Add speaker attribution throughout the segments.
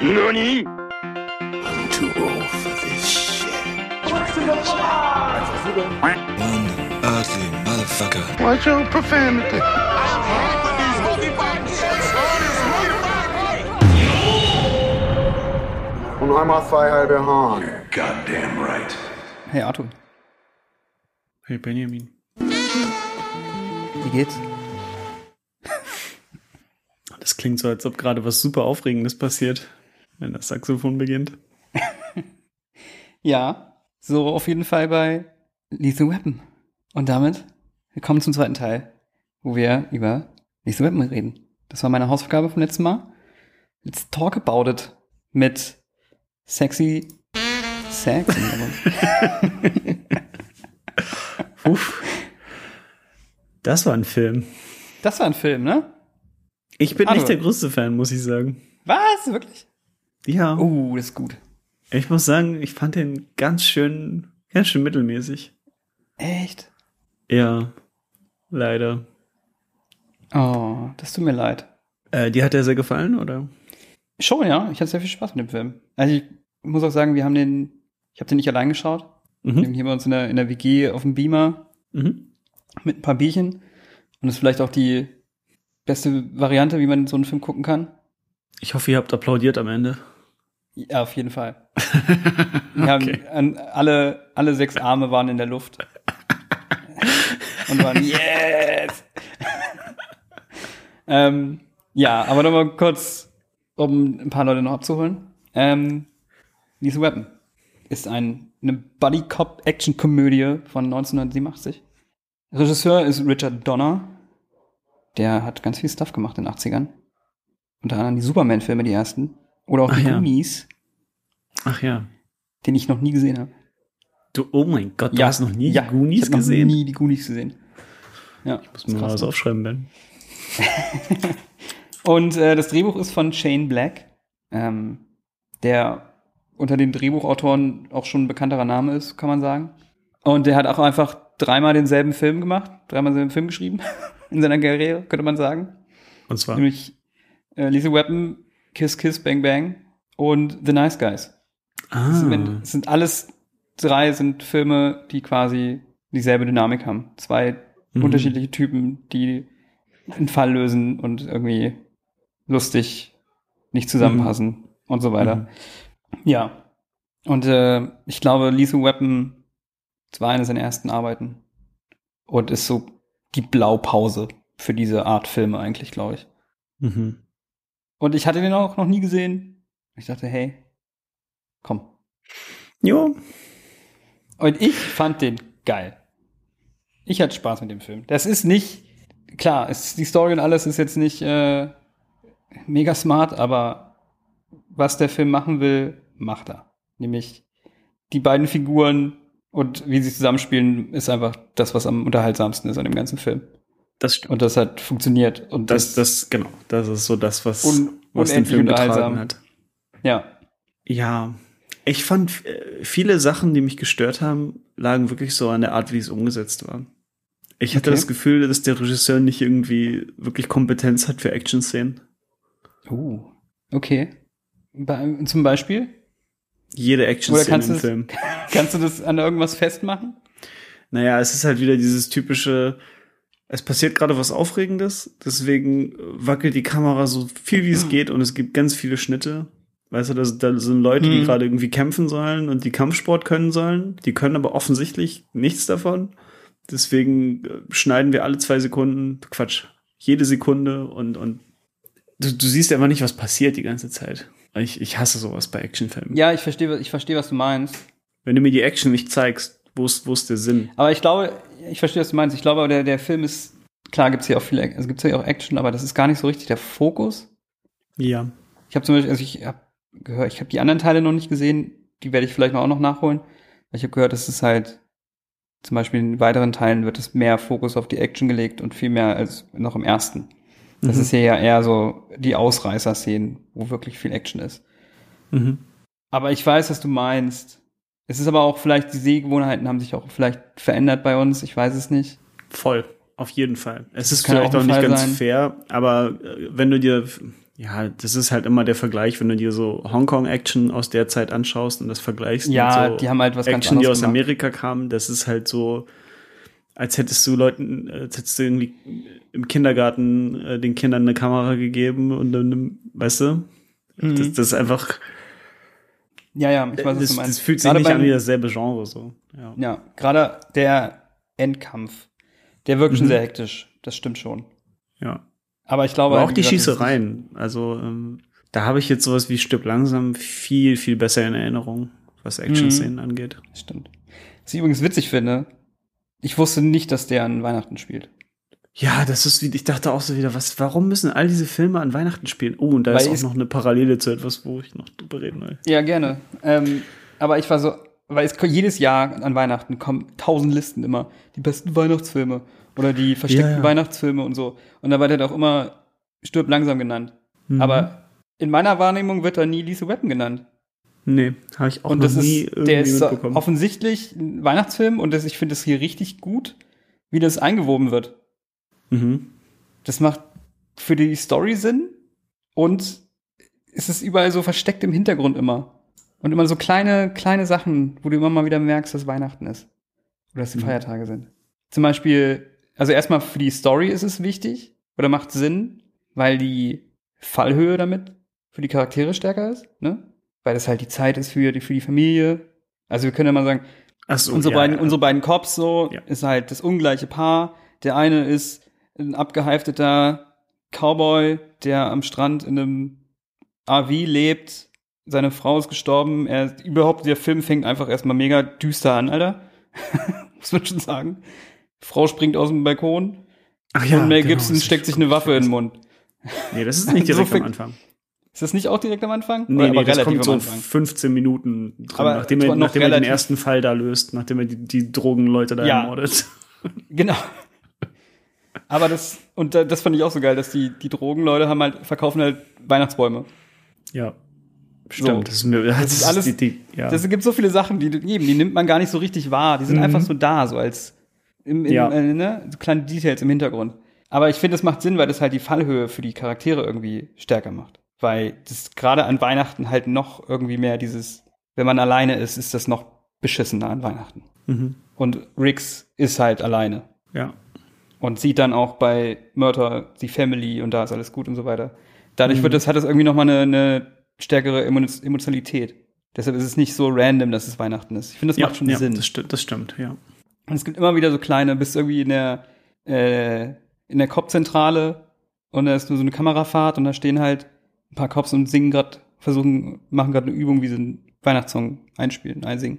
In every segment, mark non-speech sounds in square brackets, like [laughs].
Speaker 1: 何
Speaker 2: Ugly motherfucker.
Speaker 3: Und einmal zwei halbe Hahn.
Speaker 4: Hey Arthur,
Speaker 5: Hey Benjamin.
Speaker 4: wie geht's?
Speaker 5: Das klingt so, als ob gerade was super Aufregendes passiert, wenn das Saxophon beginnt.
Speaker 4: Ja, so auf jeden Fall bei Lethal Weapon. Und damit willkommen zum zweiten Teil, wo wir über Lethal Weapon reden. Das war meine Hausaufgabe vom letzten Mal. Let's talk about it mit sexy Sex.
Speaker 5: Uff. Das war ein Film.
Speaker 4: das war ein Film, ne?
Speaker 5: Ich bin
Speaker 4: Hallo.
Speaker 5: nicht der größte Fan, muss ich sagen.
Speaker 4: Was? Wirklich?
Speaker 5: Ja.
Speaker 4: Oh, das ist gut.
Speaker 5: Ich muss sagen, ich fand den ganz schön, ganz schön mittelmäßig.
Speaker 4: Echt?
Speaker 5: Ja. Leider.
Speaker 4: Oh, das tut mir leid.
Speaker 5: Äh, dir hat der sehr gefallen, oder?
Speaker 4: Schon, ja. Ich hatte sehr viel Spaß mit dem Film. Also ich muss auch sagen, wir haben den, ich habe den nicht allein geschaut. Wir haben
Speaker 5: Mhm.
Speaker 4: hier bei uns in der, in der WG auf dem Beamer
Speaker 5: Mhm.
Speaker 4: mit ein paar Bierchen. Und das ist vielleicht auch die beste Variante, wie man so einen Film gucken kann.
Speaker 5: Ich hoffe, ihr habt applaudiert am Ende.
Speaker 4: Ja, auf jeden Fall. Wir haben, an, alle, alle sechs Arme waren in der Luft. Und waren, yes! [laughs] ähm, ja, aber nochmal kurz, um ein paar Leute noch abzuholen. Ähm, Lethal Weapon ist ein, eine Buddy-Cop-Action-Komödie von 1987. Regisseur ist Richard Donner. Der hat ganz viel Stuff gemacht in den 80ern. Unter anderem die Superman-Filme, die ersten. Oder auch die
Speaker 5: Ach ja.
Speaker 4: Goonies,
Speaker 5: Ach ja.
Speaker 4: den ich noch nie gesehen habe.
Speaker 5: Du, oh mein Gott, du hast noch nie
Speaker 4: ja,
Speaker 5: die
Speaker 4: ich
Speaker 5: Goonies
Speaker 4: hab noch
Speaker 5: gesehen?
Speaker 4: nie die Goonies gesehen. Ja,
Speaker 5: Muss man mal
Speaker 4: krass.
Speaker 5: was aufschreiben, Ben.
Speaker 4: Und äh, das Drehbuch ist von Shane Black, ähm, der unter den Drehbuchautoren auch schon ein bekannterer Name ist, kann man sagen. Und der hat auch einfach dreimal denselben Film gemacht, dreimal denselben Film geschrieben [laughs] in seiner Karriere, könnte man sagen.
Speaker 5: Und zwar.
Speaker 4: Nämlich äh, Lethal Weapon, Kiss Kiss Bang Bang und The Nice Guys. Es sind, wenn-
Speaker 5: Ah.
Speaker 4: es sind alles drei sind Filme, die quasi dieselbe Dynamik haben. Zwei
Speaker 5: Mhm.
Speaker 4: unterschiedliche Typen, die einen Fall lösen und irgendwie lustig nicht zusammenpassen und so weiter.
Speaker 5: Mhm.
Speaker 4: Ja. Und äh, ich glaube, Lethal Weapon das war eine seiner ersten Arbeiten und ist so die Blaupause für diese Art Filme eigentlich, glaube ich.
Speaker 5: Mhm.
Speaker 4: Und ich hatte den auch noch nie gesehen. Ich dachte, hey, komm,
Speaker 5: Jo.
Speaker 4: Und ich fand den geil. Ich hatte Spaß mit dem Film. Das ist nicht, klar, es, die Story und alles ist jetzt nicht äh, mega smart, aber was der Film machen will, macht er. Nämlich die beiden Figuren und wie sie zusammenspielen, ist einfach das, was am unterhaltsamsten ist an dem ganzen Film.
Speaker 5: Das stimmt.
Speaker 4: Und das hat funktioniert. Und
Speaker 5: Das, das, genau. Das ist so das, was,
Speaker 4: Un-
Speaker 5: was den
Speaker 4: unendlich
Speaker 5: Film
Speaker 4: unterhaltsam.
Speaker 5: getragen hat.
Speaker 4: ja,
Speaker 5: Ja. Ich fand, äh, viele Sachen, die mich gestört haben, lagen wirklich so an der Art, wie es umgesetzt war. Ich hatte
Speaker 4: Okay.
Speaker 5: das Gefühl, dass der Regisseur nicht irgendwie wirklich Kompetenz hat für Action-Szenen.
Speaker 4: uh, okay. Bei, zum Beispiel,
Speaker 5: Jede
Speaker 4: Oder
Speaker 5: Action-Szene
Speaker 4: kannst
Speaker 5: im
Speaker 4: du's-
Speaker 5: Film.
Speaker 4: kannst du das an irgendwas festmachen?
Speaker 5: Naja, es ist halt wieder dieses typische, es passiert gerade was Aufregendes, deswegen äh, wackelt die Kamera so viel wie es geht und es gibt ganz viele Schnitte. Weißt du, da, sind- da sind Leute, die
Speaker 4: Mhm.
Speaker 5: gerade irgendwie kämpfen sollen und die Kampfsport können sollen, die können aber offensichtlich nichts davon. Deswegen äh, schneiden wir alle zwei Sekunden, Quatsch, jede Sekunde und, und du, du siehst einfach nicht, was passiert die ganze Zeit. Ich, ich hasse sowas bei Actionfilmen.
Speaker 4: Ja, ich verstehe, was- ich verstehe, was du meinst.
Speaker 5: Wenn du mir die Action nicht zeigst, wo ist, wo ist der Sinn?
Speaker 4: Aber ich glaube, ich verstehe, was du meinst. Ich glaube, aber der, der Film ist, klar gibt's hier auch viel, also gibt's hier auch Action, aber das ist gar nicht so richtig der Fokus.
Speaker 5: Ja.
Speaker 4: Ich habe zum Beispiel, also ich habe gehört, ich habe die anderen Teile noch nicht gesehen, die werde ich vielleicht mal auch noch nachholen. Ich habe gehört, dass es halt, zum Beispiel in weiteren Teilen wird es mehr Fokus auf die Action gelegt und viel mehr als noch im ersten. Das ist hier ja eher so die Ausreißer-Szenen, wo wirklich viel Action ist.
Speaker 5: Mhm.
Speaker 4: Aber ich weiß, was du meinst. Es ist aber auch vielleicht, die Sehgewohnheiten haben sich auch vielleicht verändert bei uns. Ich weiß es nicht.
Speaker 5: Voll, auf jeden Fall. Es ist
Speaker 4: kann
Speaker 5: vielleicht
Speaker 4: auch
Speaker 5: auch,
Speaker 4: ein
Speaker 5: nicht
Speaker 4: Fall
Speaker 5: ganz
Speaker 4: sein.
Speaker 5: fair, aber äh, wenn du dir, Ja, das ist halt immer der Vergleich, wenn du dir so Hongkong-Action aus der Zeit anschaust und das vergleichst.
Speaker 4: Ja,
Speaker 5: mit so
Speaker 4: die haben halt was ganz
Speaker 5: Action, die
Speaker 4: anderes
Speaker 5: aus
Speaker 4: gemacht.
Speaker 5: Amerika kam, das ist halt so, als hättest du Leuten, als hättest du irgendwie im Kindergarten äh, den Kindern eine Kamera gegeben und dann, weißt du, das, das ist einfach,
Speaker 4: Ja, ja, Mhm. ich weiß, was
Speaker 5: das,
Speaker 4: du meinst.
Speaker 5: das fühlt sich
Speaker 4: Gerade
Speaker 5: nicht
Speaker 4: beim-
Speaker 5: an wie dasselbe Genre so. Ja.
Speaker 4: Ja, gerade der Endkampf, der wirkt
Speaker 5: Mhm.
Speaker 4: schon sehr hektisch. Das stimmt schon.
Speaker 5: ja.
Speaker 4: Aber ich glaube.
Speaker 5: Aber,
Speaker 4: halt,
Speaker 5: auch
Speaker 4: wie
Speaker 5: die
Speaker 4: gesagt, das ist-
Speaker 5: Schießereien, also ähm, da habe ich jetzt sowas wie Stück langsam viel, viel besser in Erinnerung, was
Speaker 4: Mhm.
Speaker 5: Action-Szenen angeht.
Speaker 4: Stimmt. Was ich übrigens witzig finde, ich wusste nicht, dass der an Weihnachten spielt.
Speaker 5: Ja, das ist wie, ich dachte auch so wieder, was, warum müssen all diese Filme an Weihnachten spielen? Oh, und da
Speaker 4: Weil
Speaker 5: ist
Speaker 4: es-
Speaker 5: auch noch eine Parallele zu etwas, wo ich noch drüber reden will.
Speaker 4: Ja, gerne. Ähm, aber ich war so, weil es ko- jedes Jahr an Weihnachten kommen tausend Listen immer. Die besten Weihnachtsfilme oder die versteckten
Speaker 5: Ja, ja.
Speaker 4: Weihnachtsfilme und so. Und da war der doch immer Stirb langsam genannt.
Speaker 5: Mhm.
Speaker 4: Aber in meiner Wahrnehmung wird da nie Lethal Weapon genannt.
Speaker 5: Nee, habe ich auch
Speaker 4: Und
Speaker 5: noch
Speaker 4: das
Speaker 5: nie
Speaker 4: ist,
Speaker 5: irgendwie
Speaker 4: der ist so
Speaker 5: mitbekommen.
Speaker 4: offensichtlich ein Weihnachtsfilm und das, ich finde das hier richtig gut, wie das eingewoben wird.
Speaker 5: mhm.
Speaker 4: Das macht für die Story Sinn und es ist überall so versteckt im Hintergrund immer. Und immer so kleine, kleine Sachen, wo du immer mal wieder merkst, dass Weihnachten ist. Oder dass die
Speaker 5: Mhm.
Speaker 4: Feiertage sind. Zum Beispiel, also erstmal für die Story ist es wichtig oder macht Sinn, weil die Fallhöhe damit für die Charaktere stärker ist, ne? Weil das halt die Zeit ist für die, für die Familie. Also wir können ja mal sagen,
Speaker 5: Ach so,
Speaker 4: unsere,
Speaker 5: ja,
Speaker 4: beiden,
Speaker 5: ja.
Speaker 4: unsere beiden Cops so,
Speaker 5: Ja.
Speaker 4: ist halt das ungleiche Paar. Der eine ist ein abgeheifteter Cowboy, der am Strand in einem AV lebt. Seine Frau ist gestorben. Er, überhaupt, der Film fängt einfach erstmal mega düster an, Alter. [laughs] Muss man schon sagen. Frau springt aus dem Balkon
Speaker 5: Ach ja,
Speaker 4: und Mel
Speaker 5: genau,
Speaker 4: Gibson
Speaker 5: das
Speaker 4: steckt
Speaker 5: ist-
Speaker 4: sich eine Waffe in den Mund.
Speaker 5: Nee,
Speaker 4: [laughs]
Speaker 5: das ist nicht
Speaker 4: So
Speaker 5: direkt
Speaker 4: fängt-
Speaker 5: am Anfang.
Speaker 4: Ist das nicht auch direkt am Anfang?
Speaker 5: Nee, nee, das kommt so
Speaker 4: am Anfang.
Speaker 5: 15 Minuten drin,
Speaker 4: Aber
Speaker 5: nachdem,
Speaker 4: es war
Speaker 5: er,
Speaker 4: noch
Speaker 5: nachdem er den
Speaker 4: relativ-
Speaker 5: ersten Fall da löst, nachdem er die, die Drogenleute da
Speaker 4: Ja.
Speaker 5: ermordet.
Speaker 4: Genau. Aber das, und da- das fand ich auch so geil, dass die, die Drogenleute haben halt, verkaufen halt Weihnachtsbäume.
Speaker 5: Ja.
Speaker 4: So.
Speaker 5: Stimmt, das ist mir, [laughs] das,
Speaker 4: ist
Speaker 5: ist
Speaker 4: alles-
Speaker 5: die, die, ja. Mhm.
Speaker 4: Das gibt so viele Sachen, die eben, die nimmt man gar nicht so richtig wahr. Die sind einfach so da, so als im, im,
Speaker 5: Ja.
Speaker 4: äh, ne? so kleine Details im Hintergrund. Aber ich finde, das macht Sinn, weil das halt die Fallhöhe für die Charaktere irgendwie stärker macht. Weil das gerade an Weihnachten halt noch irgendwie mehr dieses, wenn man alleine ist, ist das noch beschissener an Weihnachten.
Speaker 5: mhm.
Speaker 4: Und Riggs ist halt alleine.
Speaker 5: ja.
Speaker 4: und sieht dann auch bei Mörder die Family und da ist alles gut und so weiter. Dadurch
Speaker 5: Mhm.
Speaker 4: wird das, hat das irgendwie nochmal eine, eine stärkere Emo- Emotionalität. Deshalb ist es nicht so random, dass es Weihnachten ist. Ich finde, das
Speaker 5: ja,
Speaker 4: macht schon
Speaker 5: ja,
Speaker 4: Sinn.
Speaker 5: Das, stimmt, das stimmt, ja.
Speaker 4: Und es gibt immer wieder so kleine, bist irgendwie in der, äh, in der Cop-Zentrale und da ist nur so eine Kamerafahrt und da stehen halt ein paar Cops und singen gerade, versuchen, machen gerade eine Übung, wie sie einen Weihnachtssong einspielen, einsingen.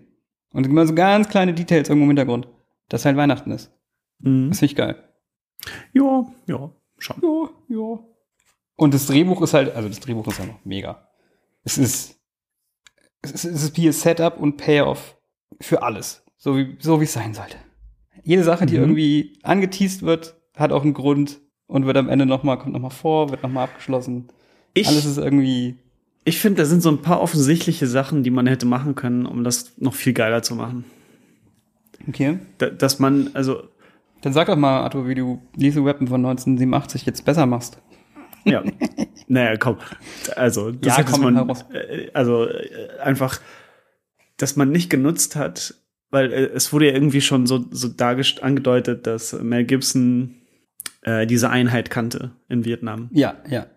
Speaker 4: Und immer so ganz kleine Details irgendwo im Hintergrund, dass halt Weihnachten ist.
Speaker 5: Mhm.
Speaker 4: Das finde ich geil.
Speaker 5: Ja, ja, schon.
Speaker 4: Ja, ja. Und das Drehbuch ist halt, also das Drehbuch ist einfach mega. Es ist, es ist, es ist hier Setup und Payoff für alles. So wie, so wie es sein sollte. Jede Sache, die
Speaker 5: Mhm.
Speaker 4: irgendwie angeteased wird, hat auch einen Grund und wird am Ende nochmal, kommt nochmal vor, wird nochmal abgeschlossen.
Speaker 5: Ich,
Speaker 4: alles ist irgendwie,
Speaker 5: ich finde, da sind so ein paar offensichtliche Sachen, die man hätte machen können, um das noch viel geiler zu machen.
Speaker 4: okay.
Speaker 5: Da, dass man, also,
Speaker 4: Dann sag doch mal, Arthur, wie du Lethal Weapon von 1987 jetzt besser machst. [laughs]
Speaker 5: ja. naja, komm. Also,
Speaker 4: Ja,
Speaker 5: das hätte
Speaker 4: komm, hau
Speaker 5: man,
Speaker 4: raus.
Speaker 5: äh, also äh, einfach, dass man nicht genutzt hat, weil äh, es wurde ja irgendwie schon so, so dargest angedeutet, dass Mel Gibson äh, diese Einheit kannte in Vietnam.
Speaker 4: Ja, ja.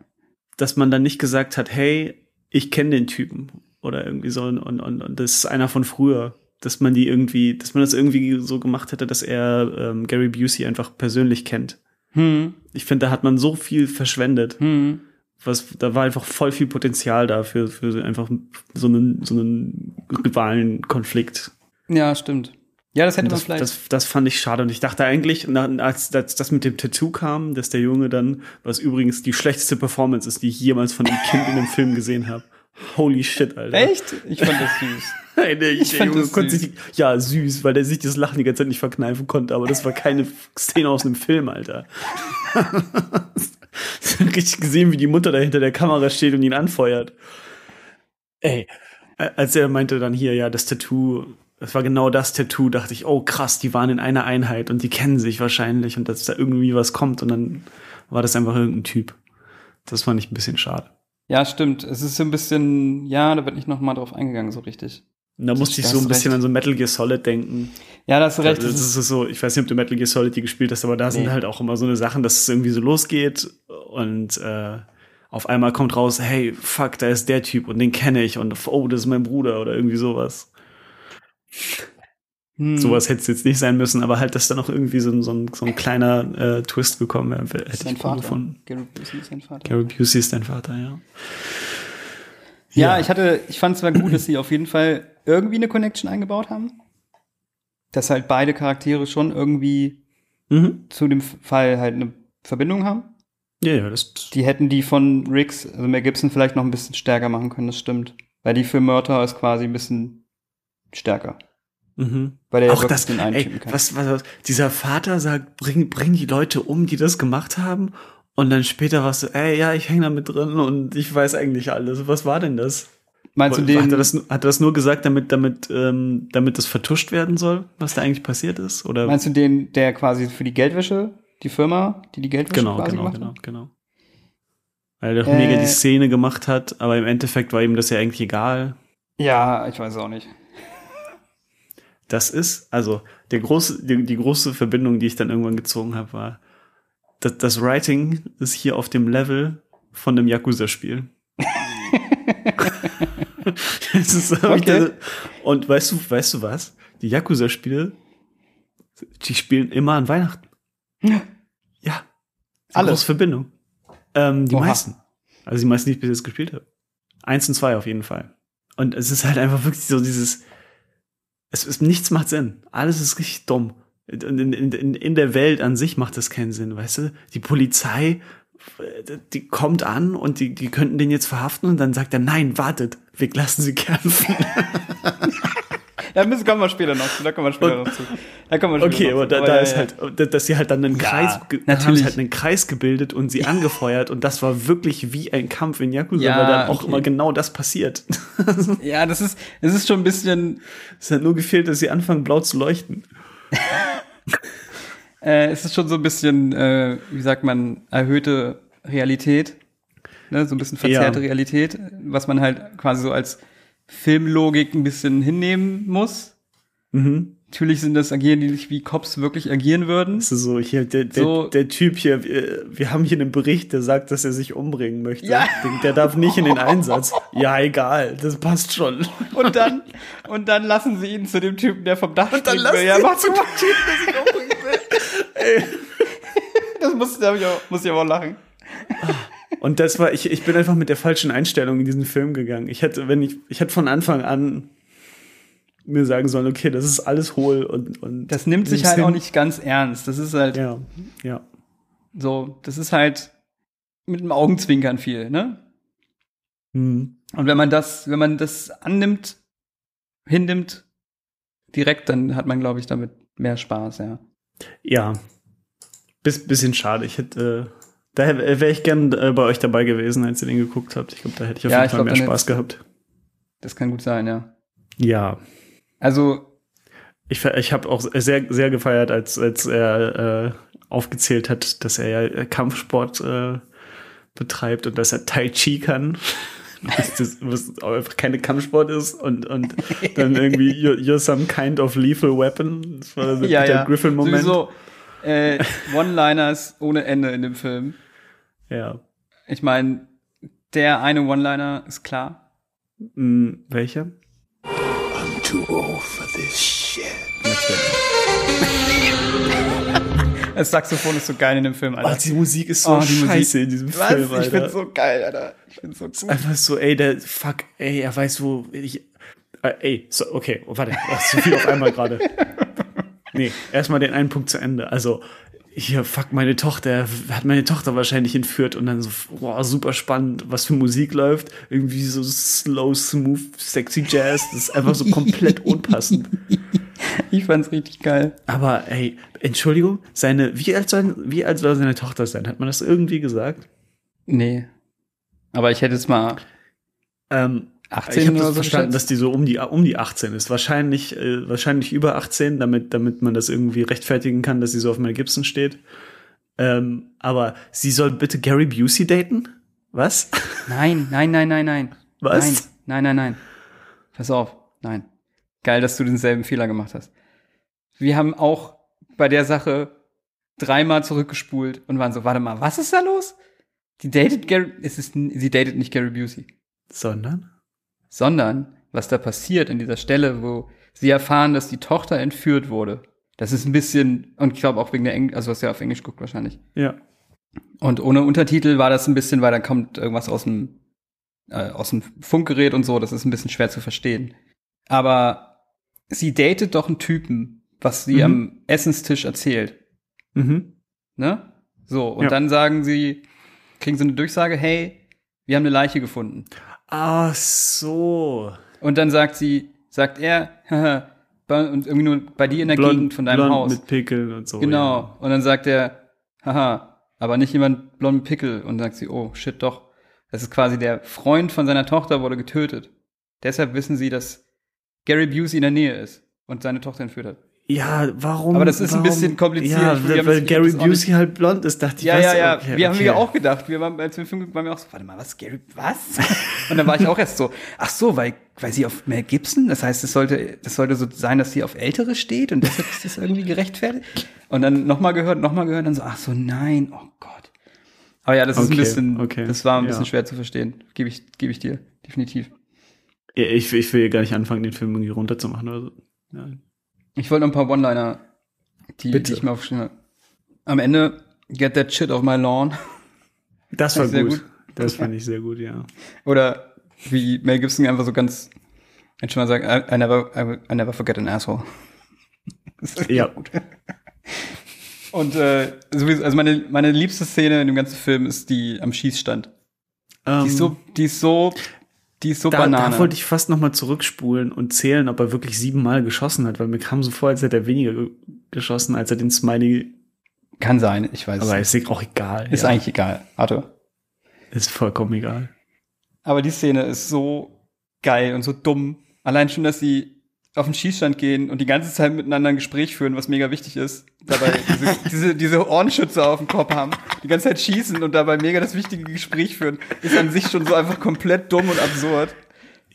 Speaker 5: dass man dann nicht gesagt hat, hey, ich kenne den Typen oder irgendwie so und, und, und, und das ist einer von früher. Dass man die irgendwie, dass man das irgendwie so gemacht hätte, dass er ähm, Gary Busey einfach persönlich kennt.
Speaker 4: Hm,
Speaker 5: Ich finde, da hat man so viel verschwendet.
Speaker 4: hm.
Speaker 5: Was, da war einfach voll viel Potenzial da für, für so einfach so einen, so einen Rivalenkonflikt.
Speaker 4: Ja, stimmt. Ja, das hätte
Speaker 5: Und
Speaker 4: man
Speaker 5: Das,
Speaker 4: vielleicht.
Speaker 5: das, das fand ich schade. Und ich dachte eigentlich, na- als, als das mit dem Tattoo kam, dass der Junge dann, was übrigens die schlechteste Performance ist, die ich jemals von einem Kind in einem Film gesehen habe. Holy shit, Alter.
Speaker 4: Echt? Ich fand das süß.
Speaker 5: Nein, der,
Speaker 4: Ich
Speaker 5: der
Speaker 4: fand
Speaker 5: Junge
Speaker 4: das
Speaker 5: konnte
Speaker 4: süß.
Speaker 5: sich, ja, süß, weil der sich das Lachen die ganze Zeit nicht verkneifen konnte, aber das war keine Szene aus einem Film, Alter. [laughs] Ich hab richtig gesehen, wie die Mutter da hinter der Kamera steht und ihn anfeuert. Ey, a- als er meinte dann hier, ja, das Tattoo, das war genau das Tattoo, dachte ich, oh krass, die waren in einer Einheit und die kennen sich wahrscheinlich und dass da irgendwie was kommt und dann war das einfach irgendein Typ. Das fand ich ein bisschen schade.
Speaker 4: Ja, stimmt. Es ist so ein bisschen, ja, da wird nicht nochmal drauf eingegangen, so richtig.
Speaker 5: Und da
Speaker 4: Das-
Speaker 5: musste ich
Speaker 4: da
Speaker 5: so
Speaker 4: hast
Speaker 5: ein
Speaker 4: du
Speaker 5: bisschen
Speaker 4: recht.
Speaker 5: an so Metal Gear Solid denken.
Speaker 4: Ja, da hast du recht.
Speaker 5: das
Speaker 4: Das
Speaker 5: ist
Speaker 4: ist,
Speaker 5: so, ich weiß nicht, ob du Metal Gear Solid die gespielt hast, aber da sind
Speaker 4: Nee.
Speaker 5: halt auch immer so eine Sachen, dass es irgendwie so losgeht und äh, auf einmal kommt raus, hey, fuck, da ist der Typ und den kenne ich und oh, das ist mein Bruder oder irgendwie sowas.
Speaker 4: hm.
Speaker 5: Sowas hätte es jetzt nicht sein müssen, aber halt, dass da noch irgendwie so, ein- so, ein, so ein kleiner äh, Twist gekommen wäre, hätte ich
Speaker 4: Sein
Speaker 5: cool
Speaker 4: Vater.
Speaker 5: gefunden.
Speaker 4: Gary Busey ist sein Vater.
Speaker 5: Gary Busey ist dein Vater, ja.
Speaker 4: Ja, ich hatte, ich fand es zwar gut, dass sie auf jeden Fall irgendwie eine Connection eingebaut haben. Dass halt beide Charaktere schon irgendwie
Speaker 5: Mhm.
Speaker 4: zu dem Fall halt eine Verbindung haben.
Speaker 5: Ja, ja, das
Speaker 4: Die hätten die von Riggs, also Mel Gibson, vielleicht noch ein bisschen stärker machen können, das stimmt. Weil die für Murder ist quasi ein bisschen stärker.
Speaker 5: Mhm.
Speaker 4: Weil der ja
Speaker 5: auch
Speaker 4: wirklich
Speaker 5: das,
Speaker 4: den einen
Speaker 5: ey,
Speaker 4: Typen kann.
Speaker 5: was, was, was, dieser Vater sagt, bring, bring die Leute um, die das gemacht haben. Und dann später warst du, ey, ja, ich hänge da mit drin und ich weiß eigentlich alles. Was war denn das?
Speaker 4: Meinst du
Speaker 5: hat,
Speaker 4: den?
Speaker 5: er das nu- hat er das nur gesagt, damit, damit, ähm, damit das vertuscht werden soll, was da eigentlich passiert ist? Oder?
Speaker 4: Meinst du den, der quasi für die Geldwäsche, die Firma, die die Geldwäsche
Speaker 5: genau,
Speaker 4: quasi
Speaker 5: genau,
Speaker 4: macht?
Speaker 5: genau, genau. Weil er doch
Speaker 4: Äh.
Speaker 5: mega die Szene gemacht hat, aber im Endeffekt war ihm das ja eigentlich egal.
Speaker 4: Ja, ich weiß auch nicht.
Speaker 5: Das ist, also der große, die, die große Verbindung, die ich dann irgendwann gezogen habe, war, das, das Writing ist hier auf dem Level von einem Yakuza-Spiel. Das ist so-
Speaker 4: Okay.
Speaker 5: das- Und weißt du, weißt du was? Die Yakuza-Spiele, die spielen immer an Weihnachten. Ja.
Speaker 4: Alle?
Speaker 5: Alle. Große Verbindung. Ähm, die
Speaker 4: Oha.
Speaker 5: meisten. Also die meisten, die ich bis jetzt gespielt habe. Eins und zwei auf jeden Fall. Und es ist halt einfach wirklich so dieses, es ist, nichts macht Sinn. Alles ist richtig dumm. In, in, in, in der Welt an sich macht das keinen Sinn, weißt du? Die Polizei, äh, die kommt an und die, die könnten den jetzt verhaften und dann sagt er, nein, wartet, wir lassen sie kämpfen.
Speaker 4: Da müssen, kommen wir später noch zu. Da kommen wir später noch zu. Da kommen wir später
Speaker 5: Okay,
Speaker 4: noch
Speaker 5: aber
Speaker 4: zu.
Speaker 5: da, da
Speaker 4: Oh, ja,
Speaker 5: ist
Speaker 4: ja.
Speaker 5: halt, da- dass sie halt dann einen
Speaker 4: Ja,
Speaker 5: Kreis, ge- haben
Speaker 4: natürlich.
Speaker 5: sie halt einen Kreis gebildet und sie angefeuert und das war wirklich wie ein Kampf in Yakuza,
Speaker 4: Ja,
Speaker 5: weil dann auch
Speaker 4: okay.
Speaker 5: immer genau das passiert. [laughs]
Speaker 4: Ja, das ist, es ist schon ein bisschen,
Speaker 5: es hat nur gefehlt, dass sie anfangen blau zu leuchten.
Speaker 4: äh, es ist schon so ein bisschen, äh, wie sagt man, erhöhte Realität. Ne? So ein bisschen verzerrte
Speaker 5: Ja.
Speaker 4: Realität, was man halt quasi so als Filmlogik ein bisschen hinnehmen muss.
Speaker 5: Mhm.
Speaker 4: Natürlich sind das agieren die nicht, wie Cops wirklich agieren würden.
Speaker 5: Das ist so, hier, der, der,
Speaker 4: So.
Speaker 5: der Typ hier, wir, wir haben hier einen Bericht, der sagt, dass er sich umbringen möchte.
Speaker 4: Ja.
Speaker 5: Der, der darf nicht in
Speaker 4: [laughs]
Speaker 5: den Einsatz. Ja, egal, das passt schon.
Speaker 4: Und dann, und dann lassen sie ihn zu dem Typen, der vom Dach
Speaker 5: dann
Speaker 4: springen
Speaker 5: lassen
Speaker 4: will. Ja,
Speaker 5: sie
Speaker 4: mach zu dem Typen, der sich umbringen will. Das muss, da hab ich auch, muss ich aber auch lachen.
Speaker 5: Und das war, ich, ich bin einfach mit der falschen Einstellung in diesen Film gegangen. Ich hätte, wenn ich, ich hätte von Anfang an mir sagen sollen, okay, das ist alles hohl und, und
Speaker 4: Das nimmt sich
Speaker 5: nimm's
Speaker 4: halt
Speaker 5: hin.
Speaker 4: auch nicht ganz ernst. Das ist halt
Speaker 5: Ja, ja.
Speaker 4: so, das ist halt mit einem Augenzwinkern viel, ne?
Speaker 5: Hm.
Speaker 4: Und wenn man das, wenn man das annimmt, hinnimmt, direkt, dann hat man, glaube ich, damit mehr Spaß, ja.
Speaker 5: Ja. Bis, bisschen schade. Ich hätte, äh, da wäre ich gern äh, bei euch dabei gewesen, als ihr den geguckt habt. Ich glaube, da hätte ich auf
Speaker 4: Ja,
Speaker 5: jeden
Speaker 4: ich
Speaker 5: Fall
Speaker 4: glaub,
Speaker 5: mehr
Speaker 4: dann
Speaker 5: Spaß gehabt.
Speaker 4: Das kann gut sein, ja.
Speaker 5: Ja.
Speaker 4: Also,
Speaker 5: Ich, ver- ich habe auch sehr, sehr gefeiert, als, als er äh, aufgezählt hat, dass er ja Kampfsport äh, betreibt und dass er Tai Chi kann. [laughs] Was, das, was auch einfach keine Kampfsport ist und, und dann irgendwie you're, you're some kind of lethal weapon. Das war der
Speaker 4: ja,
Speaker 5: Peter
Speaker 4: ja.
Speaker 5: Griffin-Moment.
Speaker 4: Sowieso, äh, One-Liners ohne Ende in dem Film.
Speaker 5: Ja.
Speaker 4: Ich meine, der eine One-Liner ist klar.
Speaker 5: Hm, welcher?
Speaker 3: I'm too old for this shit.
Speaker 4: Das Saxophon ist so geil in dem Film,
Speaker 5: Oh,
Speaker 4: Alter.
Speaker 5: die Musik ist so
Speaker 4: Oh, die Musik-
Speaker 5: scheiße in diesem Film, Alter.
Speaker 4: ich find's so geil, Alter. Ich find's so gut.
Speaker 5: Einfach so, ey, der, fuck, ey, er weiß, wo ich. Äh, ey, so, okay, oh, warte, das ist zu viel auf einmal gerade. Nee, erstmal den einen Punkt zu Ende. Also, hier, fuck, meine Tochter, hat meine Tochter wahrscheinlich entführt und dann so, wow, super spannend, was für Musik läuft. Irgendwie so slow, smooth, sexy Jazz. Das ist einfach so komplett unpassend.
Speaker 4: [laughs] Ich fand's richtig geil.
Speaker 5: Aber, ey, Entschuldigung, seine, wie alt, soll, wie alt soll seine Tochter sein? Hat man das irgendwie gesagt?
Speaker 4: Nee. Aber ich hätte es mal.
Speaker 5: Ähm,
Speaker 4: 18
Speaker 5: ich habe
Speaker 4: oder
Speaker 5: das
Speaker 4: so
Speaker 5: verstanden,
Speaker 4: geschätzt.
Speaker 5: dass die so um die um die 18 ist. Wahrscheinlich äh, wahrscheinlich über 18, damit damit man das irgendwie rechtfertigen kann, dass sie so auf Mel Gibson steht. Ähm, aber sie soll bitte Gary Busey daten? Was? [laughs]
Speaker 4: Nein, nein, nein, nein, nein.
Speaker 5: Was?
Speaker 4: Nein, nein, nein, nein. Pass auf. Nein. Geil, dass du denselben Fehler gemacht hast. Wir haben auch bei der Sache dreimal zurückgespult und waren so, warte mal, was ist da los? Die datet Gary, es ist, n- sie datet nicht Gary Busey,
Speaker 5: Sondern?
Speaker 4: sondern was da passiert in dieser Stelle, wo sie erfahren, dass die Tochter entführt wurde. Das ist ein bisschen, und ich glaube auch wegen der Englisch, also was ja auf Englisch guckt wahrscheinlich.
Speaker 5: Ja.
Speaker 4: Und ohne Untertitel war das ein bisschen, weil da kommt irgendwas aus dem, äh, aus dem Funkgerät und so, das ist ein bisschen schwer zu verstehen. Aber sie datet doch einen Typen, was sie
Speaker 5: Mhm.
Speaker 4: am Essenstisch erzählt.
Speaker 5: Mhm.
Speaker 4: Ne? So, und
Speaker 5: Ja.
Speaker 4: dann sagen sie, kriegen sie eine Durchsage, hey, wir haben eine Leiche gefunden.
Speaker 5: Ach so.
Speaker 4: Und dann sagt sie, sagt er, [laughs] haha, bei- und irgendwie nur bei dir in der Gegend von deinem
Speaker 5: blond
Speaker 4: Haus.
Speaker 5: mit Pickeln und so.
Speaker 4: Genau.
Speaker 5: Ja.
Speaker 4: Und dann sagt er, haha, aber nicht jemand blonden Pickel. Und dann sagt sie, oh, shit, doch. Das ist quasi der Freund von seiner Tochter wurde getötet. Deshalb wissen sie, dass Gary Busey in der Nähe ist und seine Tochter entführt hat.
Speaker 5: Ja, warum?
Speaker 4: Aber das ist ein
Speaker 5: warum,
Speaker 4: bisschen kompliziert. Ich-
Speaker 5: Ja,
Speaker 4: wir haben
Speaker 5: weil
Speaker 4: das-
Speaker 5: Gary
Speaker 4: das auch nicht-
Speaker 5: Busey halt blond ist, dachte ich.
Speaker 4: Ja,
Speaker 5: was?
Speaker 4: ja, ja.
Speaker 5: Okay,
Speaker 4: wir haben
Speaker 5: okay.
Speaker 4: ja auch gedacht. Wir waren, als wir im Film guckten, waren wir auch so, warte mal, was, Gary, was? Und dann war ich auch erst so, ach so, weil, weil sie auf Mel Gibson, das heißt, es sollte, das sollte so sein, dass sie auf Ältere steht und deshalb ist das irgendwie gerechtfertigt. Und dann nochmal gehört, nochmal gehört, dann so, ach so, nein, oh Gott. Aber ja, das ist ein
Speaker 5: Okay,
Speaker 4: bisschen,
Speaker 5: okay,
Speaker 4: das war ein
Speaker 5: ja.
Speaker 4: bisschen schwer zu verstehen. Gebe ich, gebe ich dir, definitiv.
Speaker 5: Ja, Ich, ich will gar nicht anfangen, den Film irgendwie runterzumachen oder so. Nein.
Speaker 4: Ich wollte noch ein paar One-Liner, die, die
Speaker 5: Bitte.
Speaker 4: ich mir aufgeschrieben habe. Am Ende, get that shit off my lawn.
Speaker 5: Das war
Speaker 4: Sehr
Speaker 5: gut.
Speaker 4: gut.
Speaker 5: Das fand ich sehr
Speaker 4: [laughs]
Speaker 5: gut, ja.
Speaker 4: Oder wie Mel Gibson einfach so ganz entspannt sagt, I, I, never, I, I never forget an asshole.
Speaker 5: Ja.
Speaker 4: Und äh, sowieso, also meine, meine liebste Szene in dem ganzen Film ist die am Schießstand. Die ist Ähm, so, die ist so, die ist so
Speaker 5: Ähm, da,
Speaker 4: Banane.
Speaker 5: da wollte ich fast nochmal zurückspulen und zählen, ob er wirklich siebenmal geschossen hat, weil mir kam so vor, als hätte er weniger ge- geschossen, als er den Smiley.
Speaker 4: Kann sein, ich weiß.
Speaker 5: Aber
Speaker 4: es
Speaker 5: ist auch egal.
Speaker 4: ist
Speaker 5: ja.
Speaker 4: eigentlich egal. Arthur.
Speaker 5: ist vollkommen egal.
Speaker 4: Aber die Szene ist so geil und so dumm. Allein schon, dass sie auf den Schießstand gehen und die ganze Zeit miteinander ein Gespräch führen, was mega wichtig ist. [laughs] Dabei diese, diese, diese Ohrenschützer auf dem Kopf haben, die ganze Zeit schießen und dabei mega das wichtige Gespräch führen, ist an sich schon so einfach komplett dumm und absurd.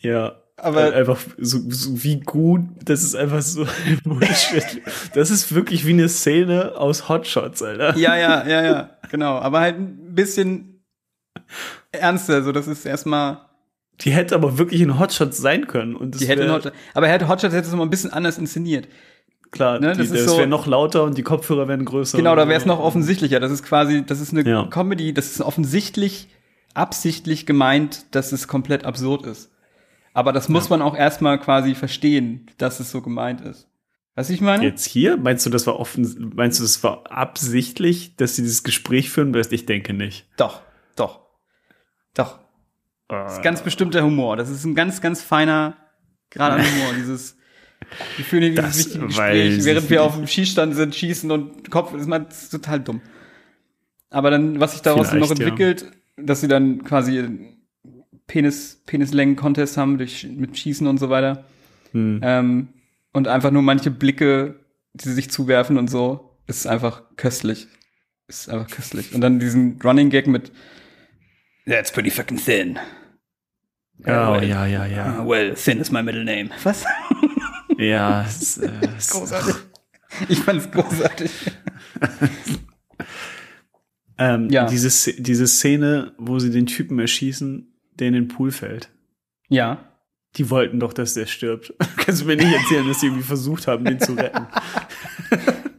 Speaker 5: Ja.
Speaker 4: Aber-
Speaker 5: Äh, einfach so, so wie gut, das ist einfach so [laughs] Bullshit. Das ist wirklich wie eine Szene aus Hotshots, Alter.
Speaker 4: Ja, ja, ja, ja, genau. Aber halt ein bisschen ernster, so das ist erstmal
Speaker 5: Die hätte aber wirklich in Hotshots sein können. Und das
Speaker 4: die hätte
Speaker 5: wär-
Speaker 4: Hotshots, aber hätte Hotshots hätte es nochmal ein bisschen anders inszeniert.
Speaker 5: Klar,
Speaker 4: Ne,
Speaker 5: die,
Speaker 4: das
Speaker 5: das,
Speaker 4: ist so-
Speaker 5: wäre noch lauter und die Kopfhörer wären größer.
Speaker 4: Genau, da wäre es noch offensichtlicher. Das ist quasi, das ist eine
Speaker 5: Ja.
Speaker 4: Comedy, das ist offensichtlich absichtlich gemeint, dass es komplett absurd ist. Aber das muss man auch erstmal quasi verstehen, dass es so gemeint ist. Was ich meine?
Speaker 5: Jetzt hier? Meinst du, das war offen, meinst du, das war absichtlich, dass sie dieses Gespräch führen wirst? Ich denke nicht.
Speaker 4: Doch, doch. Doch. Das ist ganz bestimmter Humor. Das ist ein ganz, ganz feiner,
Speaker 5: [laughs]
Speaker 4: gerader Humor. Dieses, wir führen hier dieses
Speaker 5: Das
Speaker 4: wichtige
Speaker 5: weiß
Speaker 4: Gespräch, während
Speaker 5: ich
Speaker 4: wir
Speaker 5: nicht.
Speaker 4: auf dem Schießstand sind, schießen und Kopf, das ist mal das ist total dumm. Aber dann, was sich daraus
Speaker 5: Vielleicht,
Speaker 4: noch
Speaker 5: ja.
Speaker 4: entwickelt, dass sie dann quasi einen Penis, Penislängen-Contest haben durch, mit Schießen und so weiter.
Speaker 5: Hm.
Speaker 4: Ähm, und einfach nur manche Blicke, die sie sich zuwerfen und so, ist einfach köstlich. Ist einfach köstlich. Und dann diesen Running Gag mit [laughs] That's pretty fucking thin.
Speaker 5: Oh, Ja,
Speaker 4: Äh,
Speaker 5: ja, ja,
Speaker 4: Ah,
Speaker 5: ja.
Speaker 4: well, thin is my middle name. Was? [laughs]
Speaker 5: Ja, es, äh, es,
Speaker 4: Großartig. Ich fand's großartig.
Speaker 5: ähm,
Speaker 4: Ja.
Speaker 5: diese, Sz- diese Szene, wo sie den Typen erschießen, der in den Pool fällt.
Speaker 4: Ja.
Speaker 5: Die wollten doch, dass der stirbt. [laughs] Kannst du mir nicht erzählen, dass sie irgendwie versucht haben, den zu retten?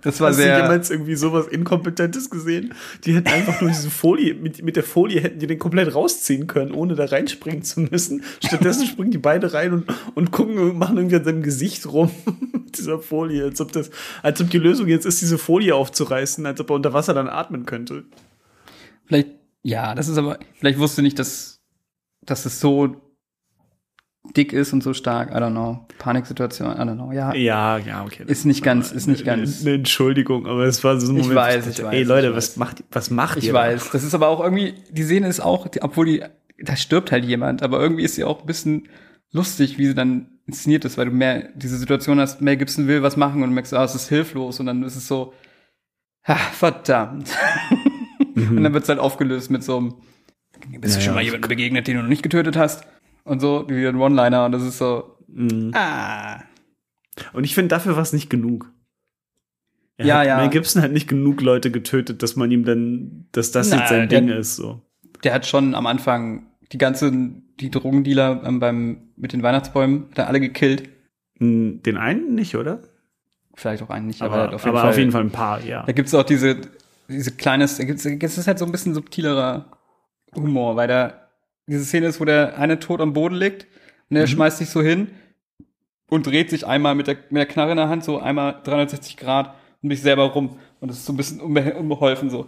Speaker 4: Das war
Speaker 5: Hast du
Speaker 4: sehr.
Speaker 5: jemals irgendwie sowas Inkompetentes gesehen? Die hätten einfach nur diese Folie, mit, mit der Folie hätten die den komplett rausziehen können, ohne da reinspringen zu müssen. Stattdessen springen die beide rein und, und gucken und machen irgendwie an seinem Gesicht rum [laughs] mit dieser Folie, als ob das, als ob die Lösung jetzt ist, diese Folie aufzureißen, als ob er unter Wasser dann atmen könnte.
Speaker 4: Vielleicht, ja, das ist aber, vielleicht wusste nicht, dass, dass es so dick ist und so stark. I don't know. Paniksituation, I don't know. Ja.
Speaker 5: Ja, ja, okay.
Speaker 4: Ist nicht ganz, ist nicht ganz.
Speaker 5: Eine Entschuldigung, aber es war so ein
Speaker 4: Ich
Speaker 5: Moment. wo
Speaker 4: weiß,
Speaker 5: dachte,
Speaker 4: ich weiß,
Speaker 5: Ey
Speaker 4: ich
Speaker 5: Leute,
Speaker 4: weiß.
Speaker 5: was macht, was macht
Speaker 4: Ich
Speaker 5: ihr? da?
Speaker 4: weiß. Das ist aber auch irgendwie, die Szene ist auch, die, obwohl die, da stirbt halt jemand, aber irgendwie ist sie auch ein bisschen lustig, wie sie dann inszeniert ist, weil du mehr diese Situation hast, Mel Gibson will was machen und du merkst, ah, es ist hilflos und dann ist es so, [laughs] ah, verdammt. Und dann wird's halt aufgelöst mit so einem Bist du
Speaker 5: Ja,
Speaker 4: schon
Speaker 5: ja.
Speaker 4: mal jemandem begegnet, den du noch nicht getötet hast? Und so, wieder ein One-Liner und das ist so,
Speaker 5: Mhm.
Speaker 4: ah.
Speaker 5: Und ich finde, dafür war es nicht genug. Er
Speaker 4: Ja,
Speaker 5: hat
Speaker 4: ja.
Speaker 5: Mel Gibson hat nicht genug Leute getötet, dass man ihm dann, dass das
Speaker 4: Na,
Speaker 5: jetzt sein
Speaker 4: der-
Speaker 5: Ding ist. So.
Speaker 4: Der hat schon am Anfang die ganzen, die Drogendealer ähm, beim, mit den Weihnachtsbäumen, hat er alle gekillt.
Speaker 5: Hm, Den einen nicht, oder?
Speaker 4: Vielleicht auch einen nicht,
Speaker 5: Aber,
Speaker 4: aber, er hat
Speaker 5: aber auf jeden Fall ein paar, ja.
Speaker 4: Da gibt es auch diese, diese kleines, da gibt's, es ist halt so ein bisschen subtilerer Humor, weil da diese Szene ist, wo der eine tot am Boden liegt und er schmeißt sich so hin und dreht sich einmal mit der, mit der Knarre in der Hand so einmal 360 Grad um sich selber rum und das ist so ein bisschen unbe unbeholfen so.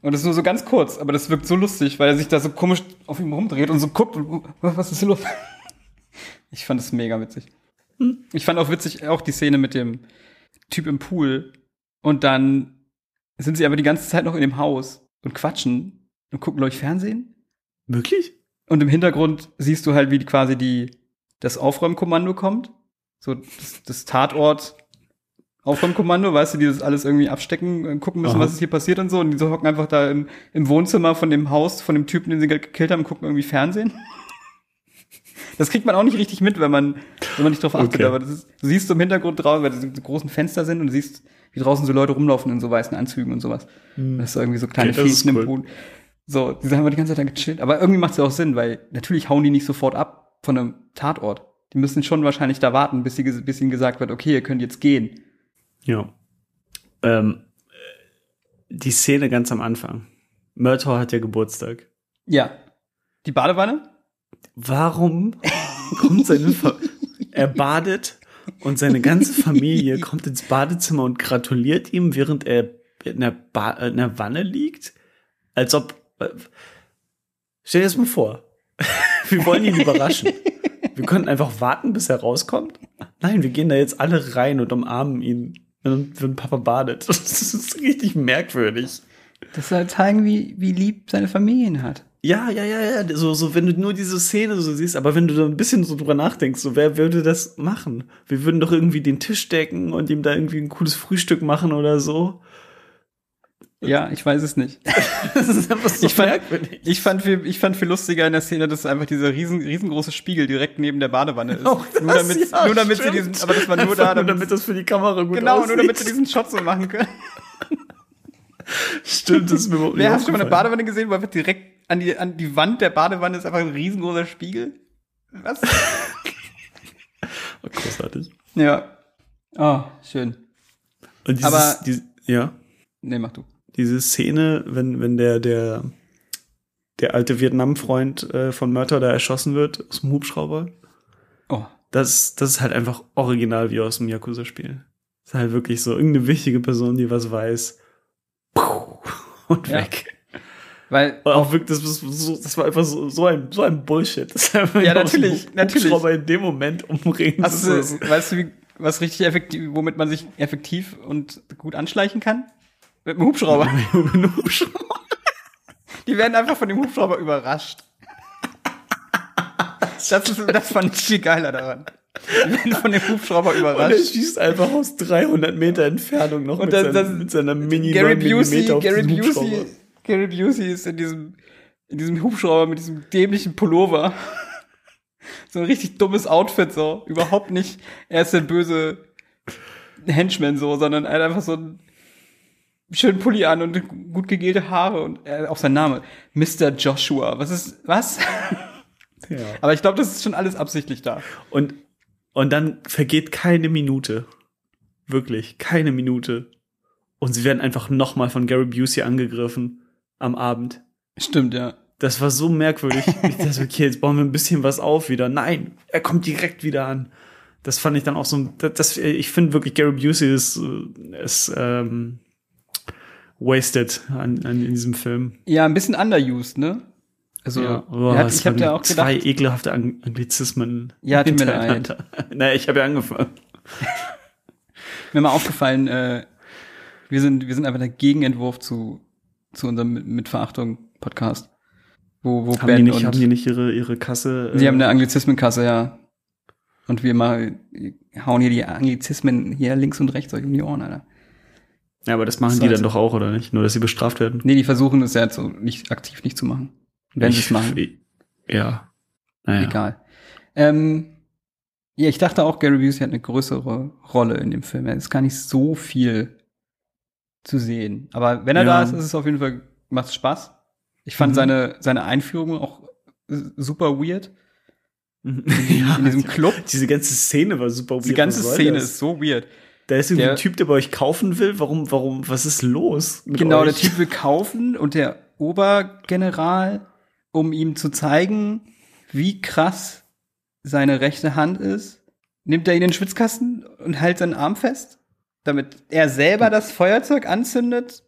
Speaker 4: Und das ist nur so ganz kurz, aber das wirkt so lustig, weil er sich da so komisch auf ihm rumdreht und so guckt und, uh, was ist hier los? [laughs] Ich fand es mega witzig. Ich fand auch witzig auch die Szene mit dem Typ im Pool, und dann sind sie aber die ganze Zeit noch in dem Haus und quatschen und gucken, glaube ich, Fernsehen.
Speaker 5: Wirklich?
Speaker 4: Und im Hintergrund siehst du halt, wie die quasi die, das Aufräumkommando kommt. So das, das Tatort Aufräumkommando, weißt du, die das alles irgendwie abstecken und gucken müssen,
Speaker 5: Aha.
Speaker 4: was ist hier passiert und so. Und die so hocken einfach da im, im Wohnzimmer von dem Haus, von dem Typen, den sie gerade gekillt haben, und gucken irgendwie Fernsehen. [laughs] Das kriegt man auch nicht richtig mit, wenn man, wenn man nicht drauf achtet.
Speaker 5: Okay.
Speaker 4: Aber das ist, du siehst so im Hintergrund draußen, weil diese großen Fenster sind und du siehst, wie draußen so Leute rumlaufen in so weißen Anzügen und sowas.
Speaker 5: Hm.
Speaker 4: Das ist irgendwie so kleine
Speaker 5: Okay, das ist
Speaker 4: Fäden im
Speaker 5: cool.
Speaker 4: Boden. So, die haben wir die ganze Zeit dann gechillt. Aber irgendwie macht es ja auch Sinn, weil natürlich hauen die nicht sofort ab von einem Tatort. Die müssen schon wahrscheinlich da warten, bis, sie, ges- bis ihnen gesagt wird, okay, ihr könnt jetzt gehen.
Speaker 5: Ja. Ähm, die Szene ganz am Anfang. Murtaugh hat ja Geburtstag.
Speaker 4: Ja. Die Badewanne?
Speaker 5: Warum kommt seine Fa er badet und seine ganze Familie kommt ins Badezimmer und gratuliert ihm, während er in der, ba äh, in der Wanne liegt? Als ob. Äh, stell dir das mal vor. [laughs] wir wollen ihn überraschen. Wir könnten einfach warten, bis er rauskommt. Nein, wir gehen da jetzt alle rein und umarmen ihn, wenn wenn Papa badet. [laughs] Das ist richtig merkwürdig.
Speaker 4: Das soll zeigen, wie, wie lieb seine Familie ihn hat.
Speaker 5: Ja, ja, ja, ja. So, so, wenn du nur diese Szene so siehst, aber wenn du da ein bisschen so drüber nachdenkst, so wer würde das machen? Wir würden doch irgendwie den Tisch decken und ihm da irgendwie ein cooles Frühstück machen
Speaker 4: [laughs]
Speaker 5: oder so.
Speaker 4: Ja, ich weiß es nicht.
Speaker 5: Das ist einfach so
Speaker 4: Ich fand-
Speaker 5: merkwürdig.
Speaker 4: Ich fand, viel, ich fand viel lustiger in der Szene, dass einfach dieser riesen, riesengroße Spiegel direkt neben der Badewanne ist.
Speaker 5: Auch
Speaker 4: [laughs] nur
Speaker 5: das,
Speaker 4: damit,
Speaker 5: ja,
Speaker 4: nur damit sie
Speaker 5: stimmt.
Speaker 4: diesen, aber das war nur
Speaker 5: Einfach
Speaker 4: da, damit,
Speaker 5: das für die Kamera gut
Speaker 4: genau,
Speaker 5: aussieht.
Speaker 4: nur damit sie diesen Shot so machen können.
Speaker 5: [laughs] Stimmt, das
Speaker 4: [laughs]
Speaker 5: ist mir überhaupt
Speaker 4: Wer
Speaker 5: nicht
Speaker 4: hast du schon mal eine
Speaker 5: aufgefallen.
Speaker 4: Badewanne gesehen, wo einfach direkt an die, an die Wand der Badewanne ist einfach ein riesengroßer Spiegel? Was?
Speaker 5: Großartig.
Speaker 4: [laughs] ja. Ah, schön.
Speaker 5: Und dieses,
Speaker 4: Aber-
Speaker 5: die, ja,
Speaker 4: Nee, mach du.
Speaker 5: diese Szene, wenn, wenn der, der, der alte Vietnam-Freund äh, von Mörter da erschossen wird aus dem Hubschrauber.
Speaker 4: Oh.
Speaker 5: das, das ist halt einfach original wie aus dem Yakuza-Spiel. Das ist halt wirklich so irgendeine wichtige Person, die was weiß. Puh, und
Speaker 4: Ja.
Speaker 5: weg.
Speaker 4: Weil,
Speaker 5: Und auch wirklich, das, ist so, das war einfach so, so, ein, so ein Bullshit. Das ist einfach
Speaker 4: Ja,
Speaker 5: nur aus dem
Speaker 4: natürlich, natürlich.
Speaker 5: Hubschrauber in dem Moment umbringen. Das
Speaker 4: hast du,
Speaker 5: ist so-
Speaker 4: weißt du, wie, was richtig effektiv, womit man sich effektiv und gut anschleichen kann? [laughs] Mit einem Hubschrauber.
Speaker 5: Mit einem Hubschrauber.
Speaker 4: Die werden einfach von dem Hubschrauber überrascht. [laughs] Das, ist, das fand ich viel geiler daran. Die werden von dem Hubschrauber
Speaker 5: Und er
Speaker 4: überrascht.
Speaker 5: schießt einfach aus 300 Meter Entfernung noch
Speaker 4: Und
Speaker 5: mit,
Speaker 4: das-
Speaker 5: seinem-
Speaker 4: das-
Speaker 5: mit seiner mini
Speaker 4: Gary
Speaker 5: 9 Millimeter
Speaker 4: Busey,
Speaker 5: auf
Speaker 4: Gary
Speaker 5: diesen
Speaker 4: Busey,
Speaker 5: Hubschrauber.
Speaker 4: Gary Busey ist in diesem, in diesem Hubschrauber mit diesem dämlichen Pullover. [laughs] So ein richtig dummes Outfit, so. Überhaupt nicht, er ist der böse Henchman, so, sondern er hat einfach so einen schönen Pulli an und gut gegelte Haare und äh, auch sein Name. Mr. Joshua. Was ist, was? [laughs]
Speaker 5: Ja.
Speaker 4: Aber ich glaube, das ist schon alles absichtlich da.
Speaker 5: Und, und dann vergeht keine Minute. Wirklich, keine Minute. Und sie werden einfach nochmal von Gary Busey angegriffen am Abend.
Speaker 4: Stimmt, ja. Das
Speaker 5: Das war so
Speaker 4: [laughs]
Speaker 5: merkwürdig. Ich dachte, okay, jetzt bauen wir ein bisschen was auf wieder. Nein, er kommt direkt wieder an. Das fand ich dann auch so. ein- Das, das, ich finde wirklich, Gary Busey ist, äh, ist ähm, wasted an, an, in diesem Film.
Speaker 4: ja, ein bisschen underused, ne? Also,
Speaker 5: boah,
Speaker 4: er hat,
Speaker 5: es
Speaker 4: ich habe
Speaker 5: waren
Speaker 4: ja auch gedacht,
Speaker 5: zwei ekelhafte Ang Anglizismen.
Speaker 4: Ja, tut mir leid.
Speaker 5: hintereinander. [laughs] Naja, ich habe ja angefangen.
Speaker 4: mir mal aufgefallen, äh, wir sind, wir sind einfach der Gegenentwurf zu, zu unserem mit, mit Verachtung Podcast. Wo, wo
Speaker 5: Haben
Speaker 4: Ben
Speaker 5: die, nicht,
Speaker 4: und,
Speaker 5: haben die nicht ihre, ihre Kasse?
Speaker 4: die
Speaker 5: äh,
Speaker 4: haben eine Anglizismenkasse, ja. Und wir mal, hauen hier die Anglizismen hier links und rechts euch um die Ohren, Alter.
Speaker 5: ja, aber das machen die dann doch auch, oder nicht? Nur, dass sie bestraft werden.
Speaker 4: Nee, die versuchen es ja so nicht aktiv nicht zu machen. Wenn sie es machen.
Speaker 5: Ich- Ja. Naja.
Speaker 4: Egal. Ähm, ja, ich dachte auch, Gary Busey hat eine größere Rolle in dem Film. Es ist gar nicht so viel zu sehen. Aber wenn er
Speaker 5: Ja.
Speaker 4: da ist, ist es auf jeden Fall, macht Spaß. Ich fand
Speaker 5: Mhm.
Speaker 4: seine, seine Einführung auch äh, super weird
Speaker 5: [laughs] ja.
Speaker 4: in diesem Club.
Speaker 5: Diese ganze Szene war super weird.
Speaker 4: Die ganze
Speaker 5: Was soll
Speaker 4: Szene
Speaker 5: das?
Speaker 4: ist so weird.
Speaker 5: Da ist irgendwie
Speaker 4: der-
Speaker 5: ein Typ, der bei euch kaufen will. Warum, warum, was ist los? mit
Speaker 4: Genau, der
Speaker 5: euch?
Speaker 4: Typ will kaufen und der Obergeneral, um ihm zu zeigen, wie krass seine rechte Hand ist, nimmt er ihn in den Schwitzkasten und hält seinen Arm fest, damit er selber das Feuerzeug anzündet,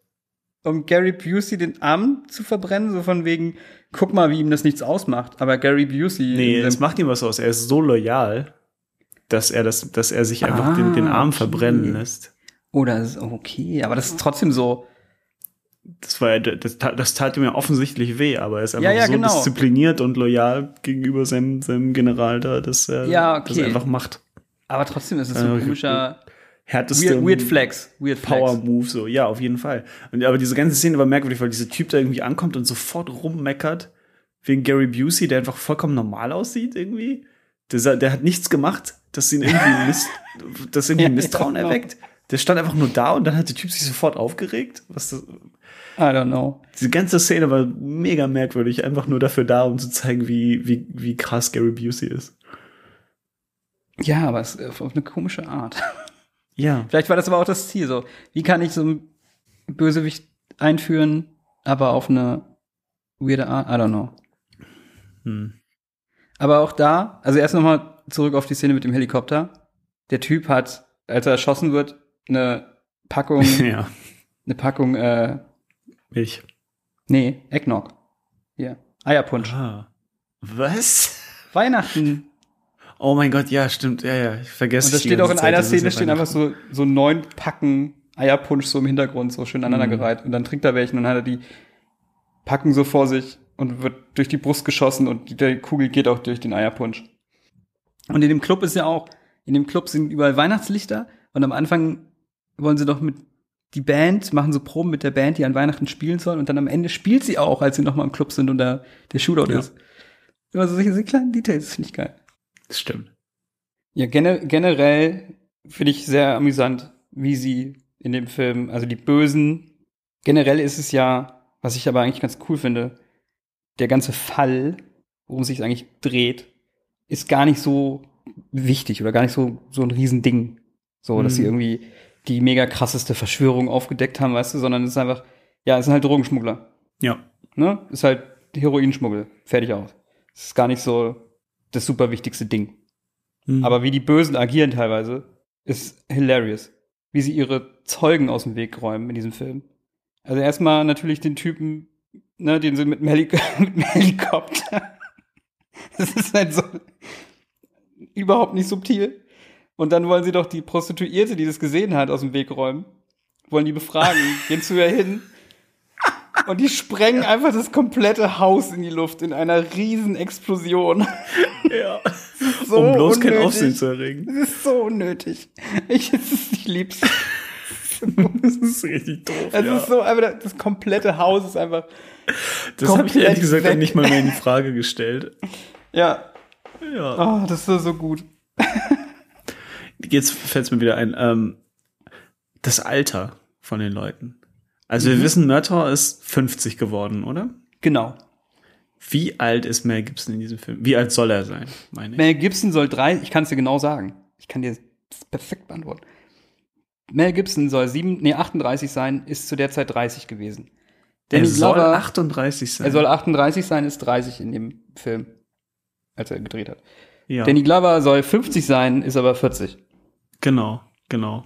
Speaker 4: um Gary Busey den Arm zu verbrennen, so von wegen, guck mal, wie ihm das nichts ausmacht. Aber Gary Busey
Speaker 5: Nee,
Speaker 4: in
Speaker 5: das
Speaker 4: seinem-
Speaker 5: macht ihm was aus. Er ist so loyal, dass er das, dass er sich einfach den, den
Speaker 4: Ah,
Speaker 5: Arm
Speaker 4: okay.
Speaker 5: verbrennen lässt.
Speaker 4: oder ist okay, aber das ist trotzdem so.
Speaker 5: Das war ja, das, ta- das tat ihm ja offensichtlich weh, aber er ist einfach
Speaker 4: Ja, ja,
Speaker 5: so
Speaker 4: genau.
Speaker 5: diszipliniert und loyal gegenüber seinem, seinem General da, dass er
Speaker 4: Ja, okay.
Speaker 5: das einfach macht.
Speaker 4: Aber trotzdem ist es so
Speaker 5: Ja,
Speaker 4: ein
Speaker 5: okay.
Speaker 4: komischer
Speaker 5: Härteste
Speaker 4: weird, weird Flex, weird Flex.
Speaker 5: Power Move, so, ja, auf jeden Fall. Und, aber diese ganze Szene war merkwürdig, weil dieser Typ da irgendwie ankommt und sofort rummeckert wegen Gary Busey, der einfach vollkommen normal aussieht irgendwie. Der, sa- der hat nichts gemacht, dass
Speaker 4: [laughs]
Speaker 5: ihn irgendwie, Mist, dass irgendwie
Speaker 4: Ja,
Speaker 5: Misstrauen
Speaker 4: ja, genau.
Speaker 5: erweckt. Der stand einfach nur da und dann hat der Typ sich sofort aufgeregt. Was das,
Speaker 4: I don't know.
Speaker 5: diese ganze Szene war mega merkwürdig, einfach nur dafür da, um zu zeigen, wie, wie, wie krass Gary Busey ist.
Speaker 4: Ja, aber es, auf auf eine komische Art.
Speaker 5: Ja.
Speaker 4: Vielleicht war das aber auch das Ziel. So, wie kann ich so einen Bösewicht einführen, aber auf eine weirde Art? I don't know.
Speaker 5: Hm.
Speaker 4: [laughs] Aber auch da, also erst nochmal zurück auf die Szene mit dem Helikopter. Der Typ hat, als er erschossen wird, eine Packung,
Speaker 5: [laughs] ja,
Speaker 4: eine Packung, äh,
Speaker 5: ich.
Speaker 4: nee, Eggnog. Hier, Eierpunsch.
Speaker 5: Ah. Was?
Speaker 4: Weihnachten.
Speaker 5: Oh mein Gott, ja, stimmt. Ja, ja, ich vergesse
Speaker 4: Und das
Speaker 5: die
Speaker 4: steht auch
Speaker 5: ganze
Speaker 4: in
Speaker 5: Zeit,
Speaker 4: einer
Speaker 5: dass es
Speaker 4: Szene,
Speaker 5: ja
Speaker 4: stehen
Speaker 5: Weihnachten
Speaker 4: einfach so, so neun Packen Eierpunsch so im Hintergrund, so schön
Speaker 5: Mhm.
Speaker 4: aneinandergereiht. Und dann trinkt er welchen und dann hat er die Packen so vor sich und wird durch die Brust geschossen und die- die Kugel geht auch durch den Eierpunsch. Und in dem Club ist ja auch, in dem Club sind überall Weihnachtslichter und am Anfang wollen sie doch mit die Band, machen so Proben mit der Band, die an Weihnachten spielen soll und dann am Ende spielt sie auch, als sie nochmal im Club sind und da der Shootout
Speaker 5: Ja.
Speaker 4: ist. Immer so solche, solche kleinen Details, das finde ich geil.
Speaker 5: Das [laughs] Stimmt.
Speaker 4: Ja, gene generell finde ich sehr amüsant, wie sie in dem Film, also die Bösen, generell ist es ja, was ich aber eigentlich ganz cool finde, der ganze Fall, worum sich eigentlich dreht, ist gar nicht so wichtig oder gar nicht so, so ein Riesending. So, dass
Speaker 5: Mhm.
Speaker 4: sie irgendwie die mega krasseste Verschwörung aufgedeckt haben, weißt du, sondern es ist einfach, ja, es sind halt Drogenschmuggler
Speaker 5: Ja.
Speaker 4: ne? Ist halt Heroinschmuggel. Fertig aus. Das ist gar nicht so das super wichtigste Ding.
Speaker 5: Mhm.
Speaker 4: Aber wie die Bösen agieren teilweise, ist hilarious. Wie sie ihre Zeugen aus dem Weg räumen in diesem Film. Also erstmal natürlich den Typen, ne, den sie mit dem, Helik [laughs] mit dem Helikopter. Das ist halt so überhaupt nicht subtil. Und dann wollen sie doch die Prostituierte, die das gesehen hat, aus dem Weg räumen. Wollen die
Speaker 5: [laughs]
Speaker 4: befragen, gehen zu ihr hin. Und die sprengen einfach das komplette Haus in die Luft in einer riesen Explosion. [laughs]
Speaker 5: ja.
Speaker 4: So
Speaker 5: um bloß kein
Speaker 4: unnötig.
Speaker 5: Aufsehen
Speaker 4: [laughs]
Speaker 5: zu erregen. [laughs]
Speaker 4: Das ist so unnötig. Ich, das ist die Liebste.
Speaker 5: Das ist richtig doof.
Speaker 4: Das
Speaker 5: ja.
Speaker 4: ist Also so, aber das das komplette Haus ist einfach,
Speaker 5: das habe ich ehrlich
Speaker 4: komplett
Speaker 5: gesagt
Speaker 4: weg.
Speaker 5: dann nicht mal mehr in Frage gestellt.
Speaker 4: ja,
Speaker 5: Ja.
Speaker 4: oh, das ist so gut.
Speaker 5: Jetzt fällt es mir wieder ein. Ähm, das Alter von den Leuten. Also
Speaker 4: Mhm.
Speaker 5: wir wissen, Murtaugh ist 50 geworden, oder?
Speaker 4: Genau.
Speaker 5: Wie alt ist Mel Gibson in diesem Film? Wie alt soll er sein, meine ich?
Speaker 4: Mel Gibson soll drei, ich kann es dir genau sagen. Ich kann dir das perfekt beantworten. Mel Gibson soll sieben, nee, 38 sein, ist zu der Zeit 30 gewesen.
Speaker 5: er
Speaker 4: Danny
Speaker 5: soll
Speaker 4: Glover-
Speaker 5: 38 sein.
Speaker 4: Er soll 38 sein, ist 30 in dem Film, als er gedreht hat.
Speaker 5: ja,
Speaker 4: Danny Glover soll 50 sein, ist aber 40.
Speaker 5: genau, genau.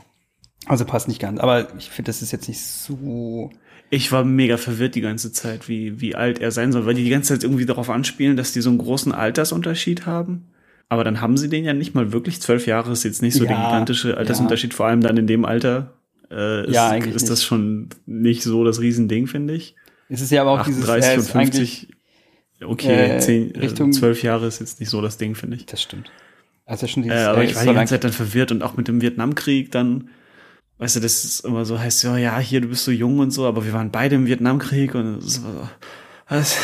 Speaker 4: Also passt nicht ganz. Aber ich finde, das ist jetzt nicht so.
Speaker 5: Ich war mega verwirrt die ganze Zeit, wie, wie alt er sein soll, weil die die ganze Zeit irgendwie darauf anspielen, dass die so einen großen Altersunterschied haben. Aber dann haben sie den ja nicht mal wirklich. Zwölf Jahre ist jetzt nicht so der
Speaker 4: Ja,
Speaker 5: gigantische Altersunterschied, vor allem dann in dem Alter. Äh, ist,
Speaker 4: Ja, eigentlich
Speaker 5: ist
Speaker 4: nicht.
Speaker 5: das schon nicht so das Riesending, finde ich.
Speaker 4: Es ist ja aber auch dieses. er ist eigentlich-
Speaker 5: 55. Okay,
Speaker 4: äh,
Speaker 5: zehn, Richtung
Speaker 4: Richtung-
Speaker 5: zwölf Jahre ist jetzt nicht so das Ding, finde ich.
Speaker 4: Das stimmt. Also schon
Speaker 5: Äh,
Speaker 4: dieses.
Speaker 5: aber
Speaker 4: äh,
Speaker 5: ich
Speaker 4: es
Speaker 5: war die
Speaker 4: soll
Speaker 5: ganze Zeit
Speaker 4: eigentlich-
Speaker 5: dann verwirrt und auch mit dem Vietnamkrieg dann, weißt du, das ist immer so, heißt ja, ja, hier, du bist so jung und so, aber wir waren beide im Vietnamkrieg und es war so, was?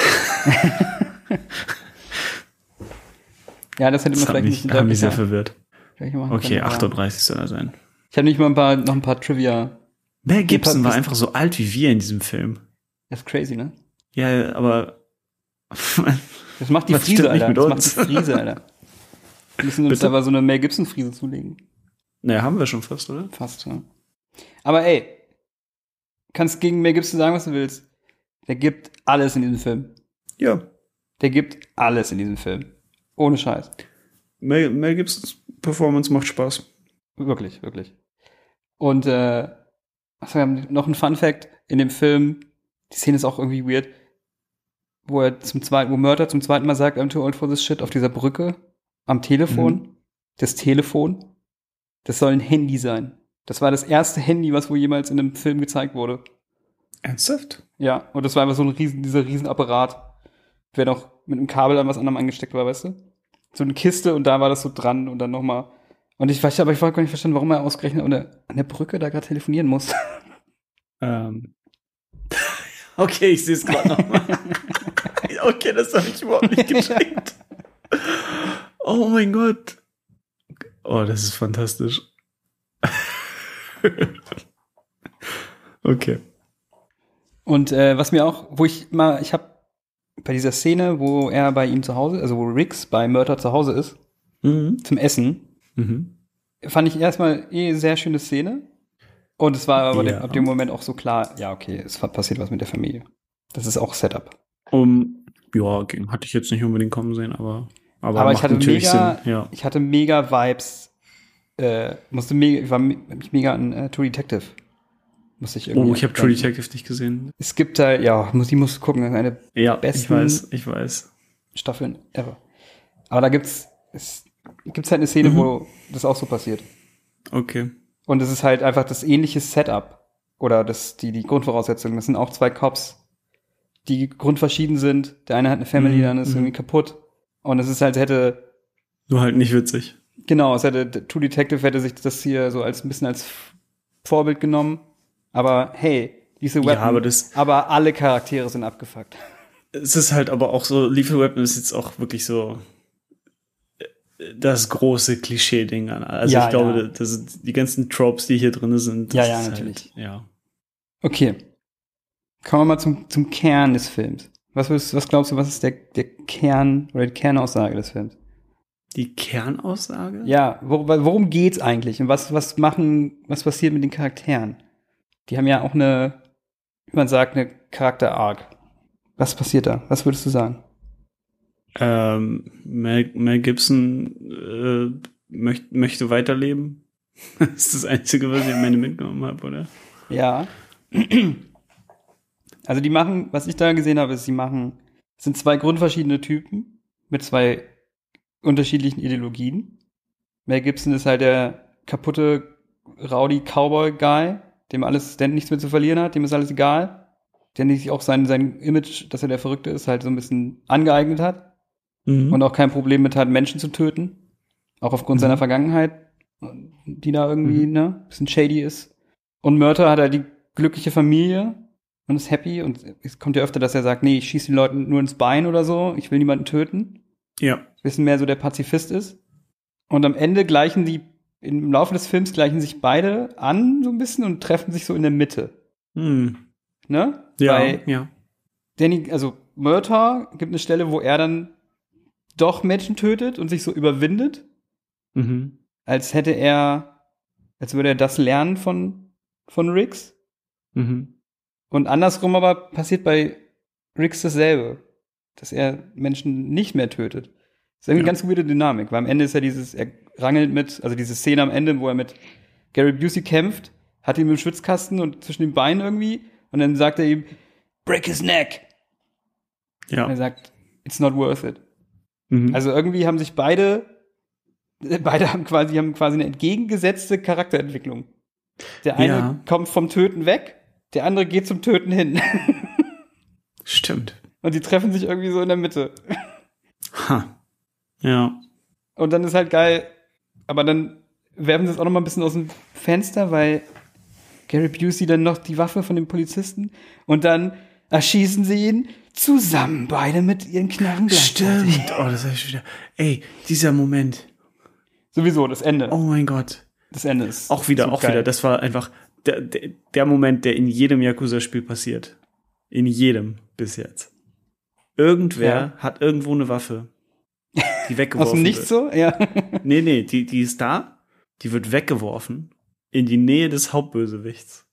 Speaker 4: Ja, das hätte man
Speaker 5: Das hat
Speaker 4: vielleicht
Speaker 5: mich,
Speaker 4: nicht
Speaker 5: hat mich sehr
Speaker 4: deutlicher
Speaker 5: verwirrt.
Speaker 4: deutlicher machen
Speaker 5: Okay,
Speaker 4: können, aber-
Speaker 5: 38 soll er sein.
Speaker 4: Ich habe nicht mal ein paar, noch ein paar Trivia.
Speaker 5: Mel Gibson war
Speaker 4: Patrick-
Speaker 5: einfach so alt wie wir in diesem Film.
Speaker 4: Das ist crazy, ne?
Speaker 5: Ja, aber
Speaker 4: Das macht die
Speaker 5: Was
Speaker 4: Friese,
Speaker 5: stimmt nicht
Speaker 4: Alter.
Speaker 5: mit
Speaker 4: Das
Speaker 5: uns?
Speaker 4: macht die Friese, Alter.
Speaker 5: [laughs]
Speaker 4: Wir müssen uns
Speaker 5: Bitte?
Speaker 4: aber so eine Mel Gibson-Friese zulegen.
Speaker 5: naja, haben wir schon fast, oder?
Speaker 4: Fast, ja. Aber ey, kannst gegen Mel Gibson sagen, was du willst. Der gibt alles in diesem Film.
Speaker 5: Ja.
Speaker 4: Der gibt alles in diesem Film. Ohne Scheiß.
Speaker 5: Mel, Mel Gibsons Performance macht Spaß.
Speaker 4: Wirklich, wirklich. Und äh, also wir haben noch ein Fun Fact in dem Film, die Szene ist auch irgendwie weird, wo er zum zweiten, wo Murder zum zweiten Mal sagt, I'm too old for this shit, auf dieser Brücke, am Telefon. Das Telefon, das soll ein Handy sein. Das war das erste Handy, was wohl jemals in einem Film gezeigt wurde.
Speaker 5: Ernsthaft?
Speaker 4: Ja, und das war einfach so ein riesen, dieser Riesenapparat, der noch mit einem Kabel an was anderem angesteckt war, weißt du? So eine Kiste und da war das so dran und dann nochmal. Und ich weiß, aber ich war gar nicht verstanden, warum er ausgerechnet an der, an der Brücke da gerade telefonieren muss. [laughs]
Speaker 5: Ähm. [laughs] okay, ich sehe es gerade [laughs] nochmal. okay, das habe ich überhaupt nicht gecheckt. oh mein Gott. Oh, das ist fantastisch. [laughs] okay.
Speaker 4: Und äh, was mir auch, wo ich mal, ich habe bei dieser Szene, wo er bei ihm zu Hause, also wo Riggs bei Murder zu Hause ist,
Speaker 5: Mhm.
Speaker 4: zum Essen,
Speaker 5: Mhm.
Speaker 4: fand ich erstmal eh sehr schöne Szene. Und es war aber
Speaker 5: Ja.
Speaker 4: dem, ab dem Moment auch so klar, ja, okay, es passiert was mit der Familie. Das ist auch Setup.
Speaker 5: Um, ja, ging- hatte ich jetzt nicht unbedingt kommen sehen, aber aber,
Speaker 4: Aber ich
Speaker 5: macht
Speaker 4: hatte
Speaker 5: natürlich
Speaker 4: mega-
Speaker 5: Sinn. Ja.
Speaker 4: Ich hatte mega Vibes. Äh, musste mega, ich war me- hab mich mega an äh, True Detective. Musste ich irgendwie.
Speaker 5: Oh, ich habe True
Speaker 4: denken.
Speaker 5: Detective nicht gesehen.
Speaker 4: Es gibt da, ja, muss, die musst du gucken, das ist eine
Speaker 5: Ja, ich
Speaker 4: Besten-
Speaker 5: weiß, ich weiß.
Speaker 4: Staffeln ever. Aber da gibt's, es gibt's halt eine Szene,
Speaker 5: Mhm.
Speaker 4: wo das auch so passiert.
Speaker 5: Okay.
Speaker 4: Und es ist halt einfach das ähnliche Setup. Oder das, die, die Grundvoraussetzungen. Das sind auch zwei Cops, die grundverschieden sind. Der eine hat eine Family,
Speaker 5: Mhm,
Speaker 4: der andere ist
Speaker 5: mhm.
Speaker 4: irgendwie kaputt. Und es ist halt, hätte
Speaker 5: Nur halt nicht witzig.
Speaker 4: Genau, es hätte der True Detective hätte sich das hier so als ein bisschen als Vorbild genommen. Aber hey, diese Weapon.
Speaker 5: Ja, aber das-
Speaker 4: aber alle Charaktere sind abgefuckt.
Speaker 5: es ist halt aber auch so, Lethal Weapon ist jetzt auch wirklich so äh, das große Klischee-Ding. an- Also
Speaker 4: Ja,
Speaker 5: ich glaube,
Speaker 4: ja.
Speaker 5: das sind die ganzen Tropes, die hier drin sind,
Speaker 4: Ja,
Speaker 5: das
Speaker 4: ja,
Speaker 5: ist halt-
Speaker 4: natürlich.
Speaker 5: ja.
Speaker 4: Okay. Kommen wir mal zum, zum Kern des Films. Was, würdest, was glaubst du, was ist der, der Kern oder die Kernaussage des Films?
Speaker 5: Die Kernaussage?
Speaker 4: Ja, wor, worum geht's eigentlich? Und was, was machen, was passiert mit den Charakteren? Die haben ja auch eine, wie man sagt, eine Charakter-Arc. Was passiert da? Was würdest du sagen?
Speaker 5: Ähm, Mel, Mel Gibson äh, möcht, möchte weiterleben. [laughs] das ist das Einzige, was ich am Ende mitgenommen habe, oder?
Speaker 4: Ja. Also die machen, was ich da gesehen habe, ist, sie machen, es sind zwei grundverschiedene Typen mit zwei unterschiedlichen Ideologien. Mel Gibson ist halt der kaputte, rowdy Cowboy-Guy, dem alles, der nichts mehr zu verlieren hat, dem ist alles egal. Der sich auch sein, sein Image, dass er der Verrückte ist, halt so ein bisschen angeeignet hat
Speaker 5: Mhm.
Speaker 4: und auch kein Problem mit hat, Menschen zu töten. Auch aufgrund
Speaker 5: Mhm.
Speaker 4: seiner Vergangenheit, die da irgendwie, ne, ein bisschen shady ist. Und Mörter hat er die glückliche Familie und ist happy. Und es kommt ja öfter, dass er sagt, nee, ich schieße den Leuten nur ins Bein oder so, ich will niemanden töten.
Speaker 5: ja.
Speaker 4: Bisschen mehr so der Pazifist ist. Und am Ende gleichen die, im Laufe des Films gleichen sich beide an so ein bisschen und treffen sich so in der Mitte.
Speaker 5: Hm.
Speaker 4: Ne?
Speaker 5: Ja,
Speaker 4: Bei
Speaker 5: ja.
Speaker 4: Danny, also Murtaugh gibt eine Stelle, wo er dann doch Menschen tötet und sich so überwindet,
Speaker 5: Mhm.
Speaker 4: als hätte er, als würde er das lernen von, von Riggs.
Speaker 5: Mhm.
Speaker 4: Und andersrum aber passiert bei Riggs dasselbe, dass er Menschen nicht mehr tötet. Das ist irgendwie
Speaker 5: Ja.
Speaker 4: eine ganz weirde Dynamik, weil am Ende ist ja dieses, er rangelt mit, also diese Szene am Ende, wo er mit Gary Busey kämpft, hat ihn im Schwitzkasten und zwischen den Beinen irgendwie, und dann sagt er ihm, break his neck. Und er
Speaker 5: Ja.
Speaker 4: sagt, it's not worth it.
Speaker 5: Mhm.
Speaker 4: Also irgendwie haben sich beide, [laughs] äh, beide haben quasi, haben quasi eine entgegengesetzte Charakterentwicklung. Der eine
Speaker 5: Ja.
Speaker 4: kommt vom Töten weg, der andere geht zum Töten hin. [laughs]
Speaker 5: Stimmt.
Speaker 4: Und die treffen sich irgendwie so in der Mitte.
Speaker 5: Ha. Ja.
Speaker 4: Und dann ist halt geil, aber dann werfen sie es auch noch mal ein bisschen aus dem Fenster, weil Gary Busey dann noch die Waffe von dem Polizisten und dann erschießen sie ihn zusammen, beide mit ihren Knarren gleichzeitig.
Speaker 5: Stimmt. Oh, das hab ich wieder. Ey, dieser Moment.
Speaker 4: Sowieso, das Ende.
Speaker 5: Oh mein Gott.
Speaker 4: Das Ende ist
Speaker 5: Auch wieder,
Speaker 4: so
Speaker 5: auch
Speaker 4: geil.
Speaker 5: wieder. Das war einfach der, der, der Moment, der in jedem Yakuza-Spiel passiert. In jedem bis jetzt. Irgendwer hat irgendwo eine Waffe,
Speaker 4: [laughs]
Speaker 5: die weggeworfen
Speaker 4: Aus dem Nichts so?
Speaker 5: wird. [laughs]
Speaker 4: Ja.
Speaker 5: Nee, nee, die, die ist da, die wird weggeworfen in die Nähe des Hauptbösewichts.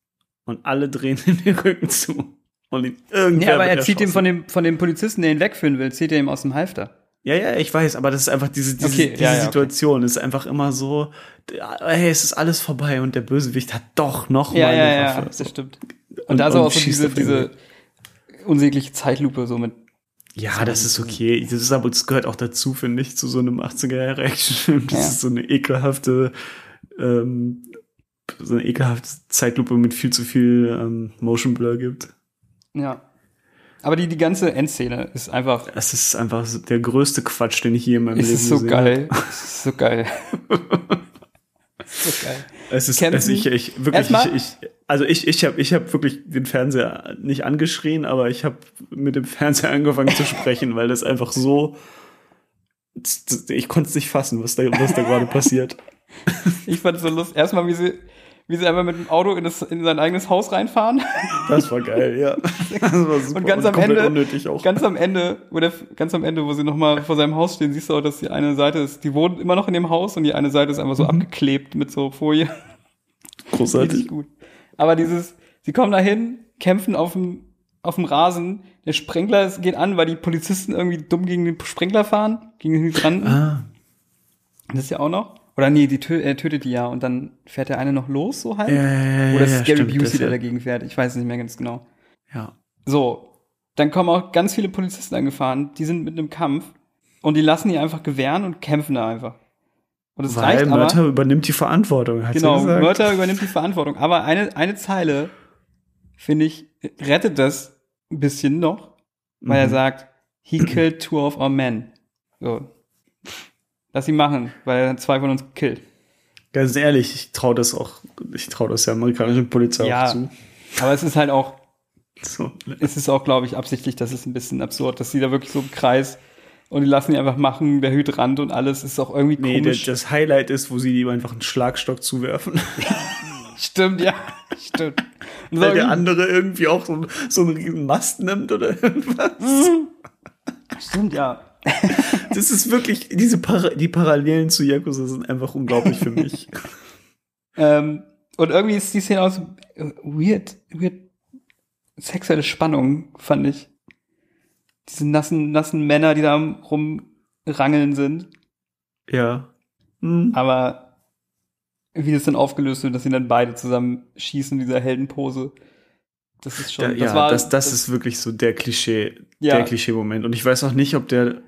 Speaker 5: Und alle drehen [laughs] ihm den Rücken zu. Und ihn irgendwer
Speaker 4: Nee, aber
Speaker 5: wird
Speaker 4: er zieht ihm
Speaker 5: erschossen.
Speaker 4: von dem, von dem Polizisten, der ihn wegführen will, zieht er ihm aus dem Halfter.
Speaker 5: Ja, ja, ich weiß, aber das ist einfach diese, diese,
Speaker 4: Okay,
Speaker 5: diese
Speaker 4: ja, ja, okay.
Speaker 5: Situation ist einfach immer so, ah, hey, es ist alles vorbei und der Bösewicht hat doch noch
Speaker 4: Ja,
Speaker 5: mal
Speaker 4: ja,
Speaker 5: eine
Speaker 4: ja,
Speaker 5: Waffe.
Speaker 4: das
Speaker 5: So.
Speaker 4: stimmt. Und, da ist
Speaker 5: und
Speaker 4: auch so
Speaker 5: schießt
Speaker 4: diese,
Speaker 5: auf den
Speaker 4: diese unsägliche Zeitlupe so mit.
Speaker 5: Ja, das ist okay. Das ist aber, das gehört auch dazu, finde ich, zu so einem 80er-Jahre-Action-Film. Das
Speaker 4: Ja.
Speaker 5: ist so eine ekelhafte, ähm, so eine ekelhafte Zeitlupe mit viel zu viel ähm, Motion Blur gibt.
Speaker 4: Ja. Aber die, die ganze Endszene ist einfach.
Speaker 5: Es ist einfach so der größte Quatsch, den ich je in meinem
Speaker 4: Es
Speaker 5: Leben
Speaker 4: ist so
Speaker 5: gesehen
Speaker 4: geil. Es ist so geil. Es ist so geil.
Speaker 5: habe. Es ist,
Speaker 4: Kämpfen.
Speaker 5: es, ich, ich, wirklich,
Speaker 4: Erstmal-
Speaker 5: ich, ich, also ich, ich habe, ich habe wirklich den Fernseher nicht angeschrien, aber ich habe mit dem Fernseher angefangen zu sprechen, weil das einfach so, ich konnte es nicht fassen, was da, was da
Speaker 4: [laughs]
Speaker 5: gerade passiert.
Speaker 4: Ich fand so lustig. Erstmal, wie sie, wie sie einfach mit dem Auto in, das, in sein eigenes Haus reinfahren.
Speaker 5: Das war geil, ja. [laughs] Das war super
Speaker 4: Und ganz am
Speaker 5: komplett
Speaker 4: Ende,
Speaker 5: unnötig auch.
Speaker 4: ganz am Ende, wo der, ganz am Ende, wo sie nochmal vor seinem Haus stehen, siehst du auch, dass die eine Seite ist, die wohnt immer noch in dem Haus und die eine Seite ist einfach so abgeklebt mit so Folie. Richtig
Speaker 5: großartig.
Speaker 4: gut. Aber dieses, sie kommen dahin, kämpfen auf dem, auf dem Rasen, der Sprengler ist- geht an, weil die Polizisten irgendwie dumm gegen den Sprengler fahren, gegen den Hydranten.
Speaker 5: Ah,
Speaker 4: Das ist ja auch noch. Oder nee, die tö er tötet die ja und dann fährt der eine noch los, so halb.
Speaker 5: ja, ja, ja,
Speaker 4: Oder
Speaker 5: ja,
Speaker 4: ist Gary
Speaker 5: stimmt,
Speaker 4: Busey,
Speaker 5: das,
Speaker 4: der
Speaker 5: ja.
Speaker 4: dagegen fährt. Ich weiß es nicht mehr ganz genau.
Speaker 5: Ja.
Speaker 4: So, dann kommen auch ganz viele Polizisten angefahren, die sind mit einem Kampf und die lassen die einfach gewähren und kämpfen da einfach. Und es
Speaker 5: Weil
Speaker 4: reicht
Speaker 5: Mörder
Speaker 4: aber.
Speaker 5: übernimmt die Verantwortung, hat
Speaker 4: Genau,
Speaker 5: sie gesagt.
Speaker 4: Mörder übernimmt die Verantwortung. Aber eine, eine Zeile, finde ich, rettet das ein bisschen noch, weil er
Speaker 5: Mhm.
Speaker 4: sagt, he killed two of our men. So. Lass sie machen, weil er hat zwei von uns gekillt.
Speaker 5: Ganz ehrlich, ich traue das auch, ich traue das der amerikanischen Polizei auch
Speaker 4: Ja.
Speaker 5: zu.
Speaker 4: Aber es ist halt auch,
Speaker 5: So.
Speaker 4: es ist auch, glaube ich, absichtlich, das ist ein bisschen absurd, dass die da wirklich so im Kreis und die lassen die einfach machen, der Hydrant und alles ist auch irgendwie
Speaker 5: Nee, das,
Speaker 4: komisch.
Speaker 5: das Highlight ist, wo sie ihm einfach einen Schlagstock zuwerfen. [laughs]
Speaker 4: stimmt, ja, [laughs] stimmt. Und so
Speaker 5: Weil der
Speaker 4: irgendwie-
Speaker 5: andere irgendwie auch so, so einen riesen Mast nimmt oder [laughs] irgendwas. [laughs]
Speaker 4: stimmt, ja.
Speaker 5: Das ist wirklich, diese Para die Parallelen zu Yakuza sind einfach unglaublich für [laughs] mich.
Speaker 4: Ähm, und irgendwie ist die Szene aus weird, weird sexuelle Spannung, fand ich. Diese nassen, nassen Männer, die da am rumrangeln sind.
Speaker 5: ja. Hm.
Speaker 4: Aber wie das dann aufgelöst wird, dass sie dann beide zusammen schießen, in dieser Heldenpose. Das ist schon,
Speaker 5: Da, ja,
Speaker 4: das war,
Speaker 5: das, das, ist wirklich so der Klischee,
Speaker 4: Ja.
Speaker 5: der Klischee-Moment. Und ich weiß noch nicht, ob der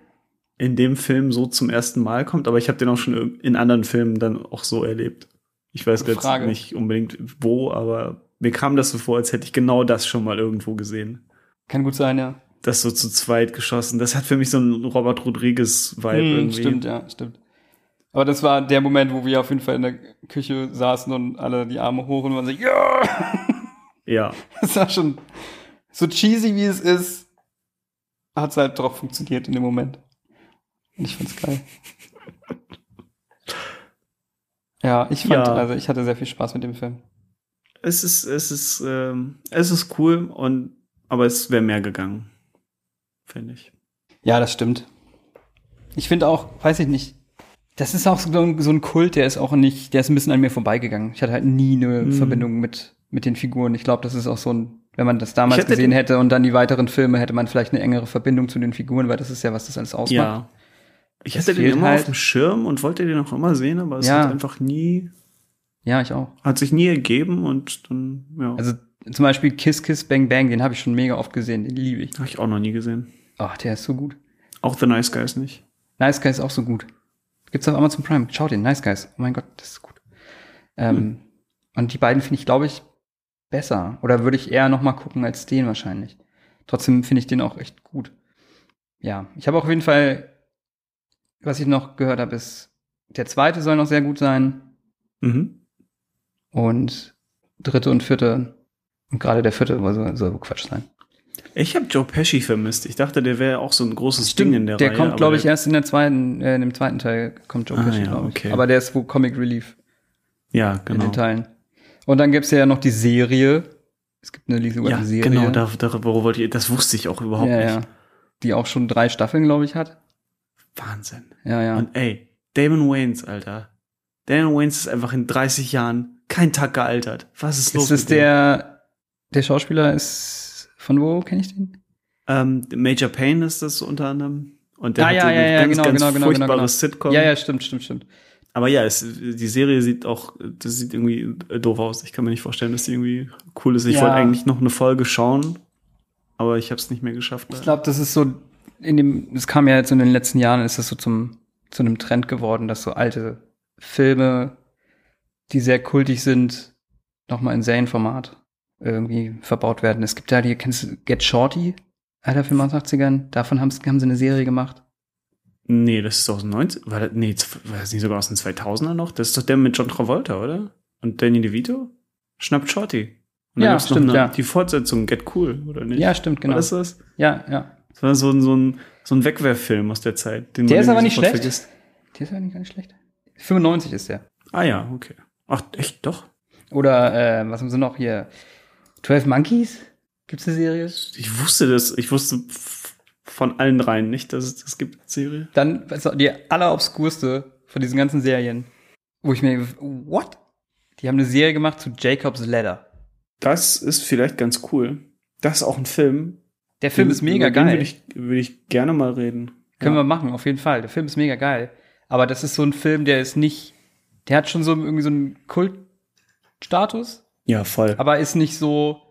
Speaker 5: in dem Film so zum ersten Mal kommt, aber ich habe den auch schon ir- in anderen Filmen dann auch so erlebt. Ich weiß
Speaker 4: Gute
Speaker 5: jetzt
Speaker 4: Frage.
Speaker 5: nicht unbedingt wo, aber mir kam das so vor, als hätte ich genau das schon mal irgendwo gesehen.
Speaker 4: kann gut sein, ja.
Speaker 5: Das so zu zweit geschossen. Das hat für mich so einen Robert Rodriguez-Vibe
Speaker 4: Hm,
Speaker 5: irgendwie.
Speaker 4: stimmt, ja, stimmt. Aber das war der Moment, wo wir auf jeden Fall in der Küche saßen und alle die Arme hoch und waren so, ja!
Speaker 5: Ja,
Speaker 4: [laughs] Das war schon so cheesy, wie es ist, hat es halt drauf funktioniert in dem Moment. Und ich fand's geil. Ja, ich fand,
Speaker 5: Ja.
Speaker 4: also ich hatte sehr viel Spaß mit dem Film.
Speaker 5: es ist, es ist, ähm, es ist cool und, aber es wäre mehr gegangen. Finde ich.
Speaker 4: Ja, das stimmt. Ich finde auch, weiß ich nicht, das ist auch so ein, so ein Kult, der ist auch nicht, der ist ein bisschen an mir vorbeigegangen. Ich hatte halt nie eine
Speaker 5: Mhm.
Speaker 4: Verbindung mit, mit den Figuren. Ich glaube, das ist auch so ein, wenn man das damals
Speaker 5: Ich hätte-
Speaker 4: gesehen hätte und dann die weiteren Filme, hätte man vielleicht eine engere Verbindung zu den Figuren, weil das ist ja, was das alles ausmacht.
Speaker 5: Ja. Ich
Speaker 4: Das
Speaker 5: hatte den
Speaker 4: fehlt
Speaker 5: immer
Speaker 4: halt.
Speaker 5: auf dem Schirm und wollte den auch immer sehen, aber es
Speaker 4: Ja.
Speaker 5: hat einfach nie,
Speaker 4: Ja, ich auch.
Speaker 5: hat sich nie ergeben und dann, ja.
Speaker 4: Also zum Beispiel Kiss Kiss Bang Bang, den habe ich schon mega oft gesehen, den liebe ich.
Speaker 5: habe ich auch noch nie gesehen.
Speaker 4: Oh, der ist so gut.
Speaker 5: Auch The Nice Guys nicht.
Speaker 4: Nice Guy ist auch so gut. Gibt's auf Amazon Prime. Schaut den, Nice Guys. Oh mein Gott, das ist gut. Ähm, Und die beiden finde ich, glaube ich, besser. Oder würde ich eher nochmal gucken als den wahrscheinlich. Trotzdem finde ich den auch echt gut. Ja, ich habe auch auf jeden Fall, was ich noch gehört habe, ist, der zweite soll noch sehr gut sein.
Speaker 5: Mhm.
Speaker 4: Und dritte und vierte. Und gerade der vierte soll, soll Quatsch sein.
Speaker 5: Ich habe Joe Pesci vermisst. Ich dachte, der wäre auch so ein großes Ding in der,
Speaker 4: der
Speaker 5: Reihe.
Speaker 4: kommt,
Speaker 5: aber
Speaker 4: glaube ich,
Speaker 5: der-
Speaker 4: erst in der zweiten, äh, in dem zweiten Teil kommt Joe
Speaker 5: Ah,
Speaker 4: Pesci,
Speaker 5: ja,
Speaker 4: glaube ich.
Speaker 5: okay.
Speaker 4: Aber der ist wo Comic Relief
Speaker 5: Ja,
Speaker 4: in
Speaker 5: genau.
Speaker 4: den Teilen. Und dann gibt's ja noch die Serie. Es gibt eine Lisa
Speaker 5: Ja,
Speaker 4: Serie.
Speaker 5: genau, da, darüber wollte ich, das wusste ich auch überhaupt
Speaker 4: ja, ja.
Speaker 5: nicht.
Speaker 4: Die auch schon drei Staffeln, glaube ich, hat.
Speaker 5: Wahnsinn.
Speaker 4: Ja, ja.
Speaker 5: Und ey, Damon Wayans, Alter. Damon Wayans ist einfach in 30 Jahren kein Tag gealtert. Was ist, los
Speaker 4: ist das
Speaker 5: mit dem?
Speaker 4: der, der Schauspieler ist, von wo kenne ich den?
Speaker 5: Ähm, Major Payne ist das unter anderem. Und
Speaker 4: Ah,
Speaker 5: der
Speaker 4: ja,
Speaker 5: hat
Speaker 4: ja, ja,
Speaker 5: ganz,
Speaker 4: genau,
Speaker 5: ganz
Speaker 4: genau, genau,
Speaker 5: furchtbares
Speaker 4: genau.
Speaker 5: Sitcom.
Speaker 4: Ja, ja, stimmt, stimmt, stimmt.
Speaker 5: Aber ja, es, die Serie sieht auch, das sieht irgendwie äh, doof aus. Ich kann mir nicht vorstellen, dass die irgendwie cool ist. Ich
Speaker 4: Ja.
Speaker 5: wollte eigentlich noch eine Folge schauen, aber ich habe es nicht mehr geschafft.
Speaker 4: Ich glaube, das ist so in dem, es kam ja jetzt in den letzten Jahren, ist das so zum zu einem Trend geworden, dass so alte Filme, die sehr kultig sind, nochmal in Serienformat irgendwie verbaut werden. Es gibt ja die, kennst du Get Shorty, alter Film aus den 80ern, davon haben's, haben sie eine Serie gemacht.
Speaker 5: nee, das ist aus den 90 war das, nee, z- war das nicht sogar aus den 2000er noch? Das ist doch der mit John Travolta, oder? Und Danny DeVito? Schnappt Shorty. Und
Speaker 4: Ja,
Speaker 5: gab's noch
Speaker 4: stimmt, ja.
Speaker 5: Die Fortsetzung, Get Cool, oder nicht?
Speaker 4: Ja, stimmt, genau.
Speaker 5: War das das?
Speaker 4: Ja, ja.
Speaker 5: Das war so ein, so ein, so ein Wegwerffilm aus der Zeit. Den
Speaker 4: Der
Speaker 5: man
Speaker 4: ist aber
Speaker 5: irgendwie
Speaker 4: nicht
Speaker 5: sofort
Speaker 4: schlecht. Der ist ja nicht ganz schlecht. 95 ist der.
Speaker 5: Ah ja, okay. Ach, echt, doch.
Speaker 4: Oder äh, was haben sie noch hier? 12 Monkeys? Gibt's eine Serie?
Speaker 5: Ich wusste das, ich wusste f- von allen dreien nicht, dass es das gibt, die Serie.
Speaker 4: Dann also die allerobskurste von diesen ganzen Serien, wo ich mir, what? Die haben eine Serie gemacht zu Jacob's Ladder.
Speaker 5: Das ist vielleicht ganz cool. Das ist auch ein Film.
Speaker 4: Der Film
Speaker 5: Den-
Speaker 4: ist mega
Speaker 5: über den
Speaker 4: geil.
Speaker 5: Würde ich, würde ich gerne mal reden.
Speaker 4: Können
Speaker 5: ja.
Speaker 4: wir machen, auf jeden Fall. Der Film ist mega geil. Aber das ist so ein Film, der ist nicht, der hat schon so irgendwie so einen Kultstatus,
Speaker 5: Ja, voll.
Speaker 4: aber ist nicht so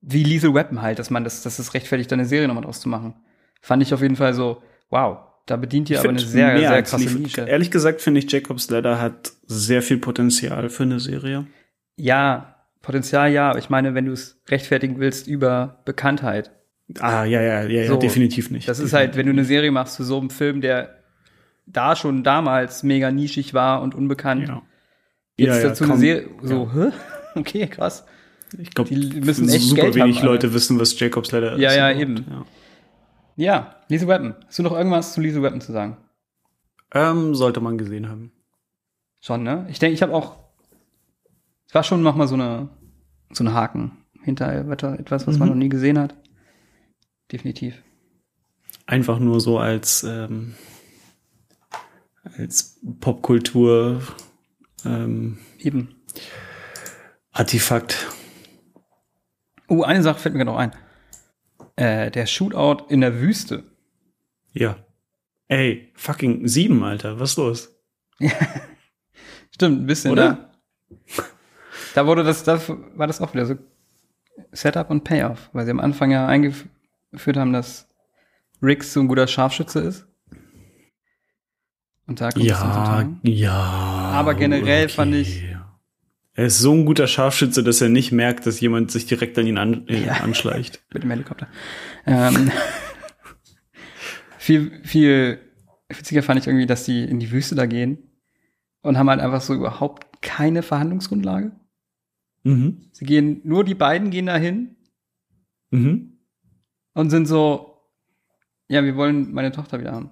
Speaker 4: wie Lethal Weapon halt, dass man das, das ist rechtfertigt, da eine Serie nochmal draus zu machen. Fand ich auf jeden Fall so, wow, da bedient ihr aber eine
Speaker 5: find
Speaker 4: sehr,
Speaker 5: mehr
Speaker 4: sehr
Speaker 5: als
Speaker 4: krasse
Speaker 5: lief-
Speaker 4: Nische.
Speaker 5: Ehrlich gesagt finde ich, Jacob's Ladder hat sehr viel Potenzial für eine Serie.
Speaker 4: Ja, Potenzial ja, aber ich meine, wenn du es rechtfertigen willst über Bekanntheit.
Speaker 5: Ah, ja, ja, ja, ja
Speaker 4: So,
Speaker 5: definitiv nicht.
Speaker 4: Das ist halt, wenn du eine Serie machst zu so einem Film, der da schon damals mega nischig war und unbekannt,
Speaker 5: Ja.
Speaker 4: jetzt
Speaker 5: Ja, ja,
Speaker 4: dazu eine
Speaker 5: kaum-
Speaker 4: Serie, so, hä? [laughs] Okay, krass.
Speaker 5: Ich glaube,
Speaker 4: die müssen echt
Speaker 5: super
Speaker 4: Geld
Speaker 5: wenig
Speaker 4: haben, alle.
Speaker 5: Leute wissen, was Jacob's Ladder
Speaker 4: Ja,
Speaker 5: ist.
Speaker 4: ja,
Speaker 5: überhaupt,
Speaker 4: eben. Ja, Lethal Weapon. Hast du noch irgendwas zu Lethal Weapon zu sagen?
Speaker 5: Ja. Ähm, sollte man gesehen haben.
Speaker 4: Schon, ne? Ich denke, ich habe auch, es war schon nochmal so eine, so ein Haken hinter etwas, was
Speaker 5: Mhm.
Speaker 4: man noch nie gesehen hat. Definitiv.
Speaker 5: einfach nur so als, ähm, als Popkultur ähm,
Speaker 4: Eben.
Speaker 5: Artefakt.
Speaker 4: Oh, eine Sache fällt mir gerade noch ein. Äh, der Shootout in der Wüste.
Speaker 5: Ja. Ey, fucking sieben, Alter, was ist los?
Speaker 4: Stimmt, ein bisschen,
Speaker 5: Oder?
Speaker 4: ne? Da wurde das, da war das auch wieder so Setup und Payoff, weil sie am Anfang ja eingeführt haben, dass Riggs so ein guter Scharfschütze ist. Und da kommt es zum Tragen.
Speaker 5: ja.
Speaker 4: Aber generell fand ich-
Speaker 5: Er ist so ein guter Scharfschütze, dass er nicht merkt, dass jemand sich direkt an ihn an, äh,
Speaker 4: Ja.
Speaker 5: anschleicht.
Speaker 4: mit dem Helikopter. [laughs] Ähm, viel, viel witziger fand ich irgendwie, dass die in die Wüste da gehen und haben halt einfach so überhaupt keine Verhandlungsgrundlage.
Speaker 5: Mhm.
Speaker 4: Sie gehen, nur die beiden gehen da hin
Speaker 5: Mhm.
Speaker 4: und sind so, ja, wir wollen meine Tochter wieder haben.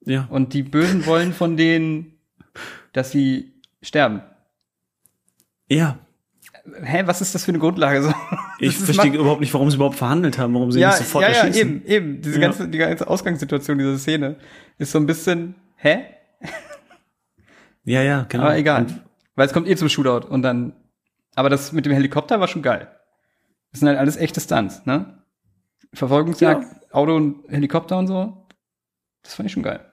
Speaker 5: Ja.
Speaker 4: Und die Bösen wollen von denen, dass sie sterben.
Speaker 5: Ja.
Speaker 4: Hä, was ist das für eine Grundlage? So,
Speaker 5: Ich
Speaker 4: das
Speaker 5: verstehe
Speaker 4: macht-
Speaker 5: überhaupt nicht, warum sie überhaupt verhandelt haben, warum sie
Speaker 4: ja,
Speaker 5: nicht sofort
Speaker 4: ja, ja,
Speaker 5: erschießen.
Speaker 4: eben, eben. Diese
Speaker 5: Ja.
Speaker 4: ganze, die ganze Ausgangssituation dieser Szene ist so ein bisschen, hä?
Speaker 5: Ja, ja, genau.
Speaker 4: Aber egal.
Speaker 5: Und
Speaker 4: Weil es kommt eh zum Shootout und dann, aber das mit dem Helikopter war schon geil. Das sind halt alles echte Stunts, ne? Verfolgungsjagd, Auto und Helikopter und so. Das fand ich schon geil.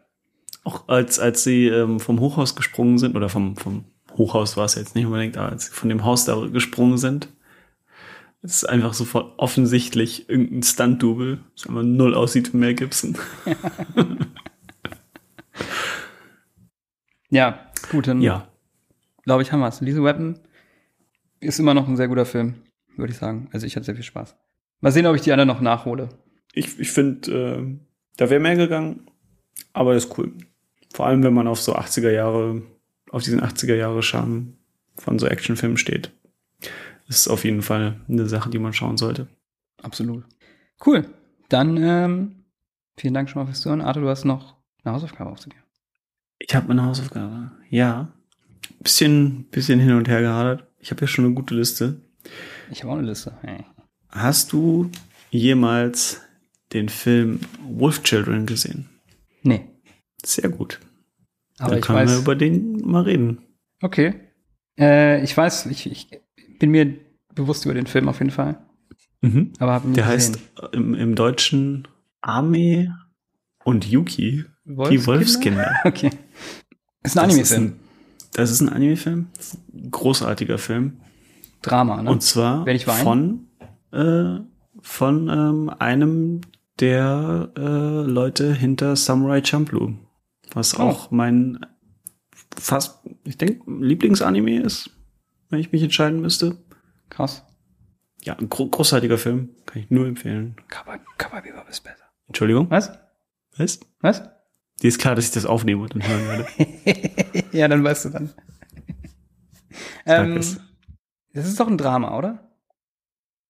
Speaker 5: Auch als, als sie ähm, vom Hochhaus gesprungen sind, oder vom, vom Hochhaus war es jetzt nicht unbedingt, aber als sie von dem Haus da gesprungen sind, ist einfach sofort offensichtlich irgendein Stunt-Double, das einfach null aussieht wie Mel Gibson.
Speaker 4: Ja, gut, dann
Speaker 5: Ja,
Speaker 4: glaube ich, haben wir es. Lethal Weapon ist immer noch ein sehr guter Film, würde ich sagen. Also ich hatte sehr viel Spaß. Mal sehen, ob ich die anderen noch nachhole.
Speaker 5: ich, ich finde, äh, da wäre mehr gegangen, aber ist cool. Vor allem, wenn man auf so 80er Jahre, auf diesen 80er Jahre Charme von so Actionfilmen steht. Ist auf jeden Fall eine Sache, die man schauen sollte.
Speaker 4: Absolut. Cool. Dann ähm, vielen Dank schon mal fürs Zuhören. Arthur, du hast noch eine Hausaufgabe aufzugeben.
Speaker 5: Ich habe meine Hausaufgabe. Ja. Bisschen, bisschen hin und her gehadert. Ich habe ja schon eine gute Liste.
Speaker 4: Ich habe auch eine Liste. Hey.
Speaker 5: Hast du jemals den Film Wolf Children gesehen?
Speaker 4: Nee.
Speaker 5: Sehr gut.
Speaker 4: Aber
Speaker 5: Dann
Speaker 4: ich
Speaker 5: können wir
Speaker 4: weiß.
Speaker 5: über den mal reden.
Speaker 4: Okay. Äh, ich weiß, ich, ich bin mir bewusst über den Film auf jeden Fall. Aber hab ihn
Speaker 5: Der
Speaker 4: nie
Speaker 5: heißt
Speaker 4: gesehen.
Speaker 5: äh, im, im Deutschen Armee und Yuki, die Wolfskinder.
Speaker 4: Okay. Ist ein
Speaker 5: Das ist
Speaker 4: Anime-Film.
Speaker 5: ein, das ist ein Anime-Film. Das ist ein Großartiger Film.
Speaker 4: Drama, ne?
Speaker 5: Und zwar
Speaker 4: Werde ich
Speaker 5: von,
Speaker 4: weinen?
Speaker 5: äh, von ähm, einem der äh, Leute hinter Samurai Champloo, was
Speaker 4: Oh.
Speaker 5: auch mein fast, ich denke, Lieblingsanime ist, wenn ich mich entscheiden müsste.
Speaker 4: Krass.
Speaker 5: Ja, ein gro großartiger Film, kann ich nur empfehlen.
Speaker 4: Kaba, Kaba Biber ist besser.
Speaker 5: Entschuldigung,
Speaker 4: Was?
Speaker 5: was?
Speaker 4: Was?
Speaker 5: Dir ist klar, dass ich das aufnehme und dann hören werde.
Speaker 4: [laughs] ja, dann weißt du dann. ähm,
Speaker 5: Starkes.
Speaker 4: das ist doch ein Drama, oder?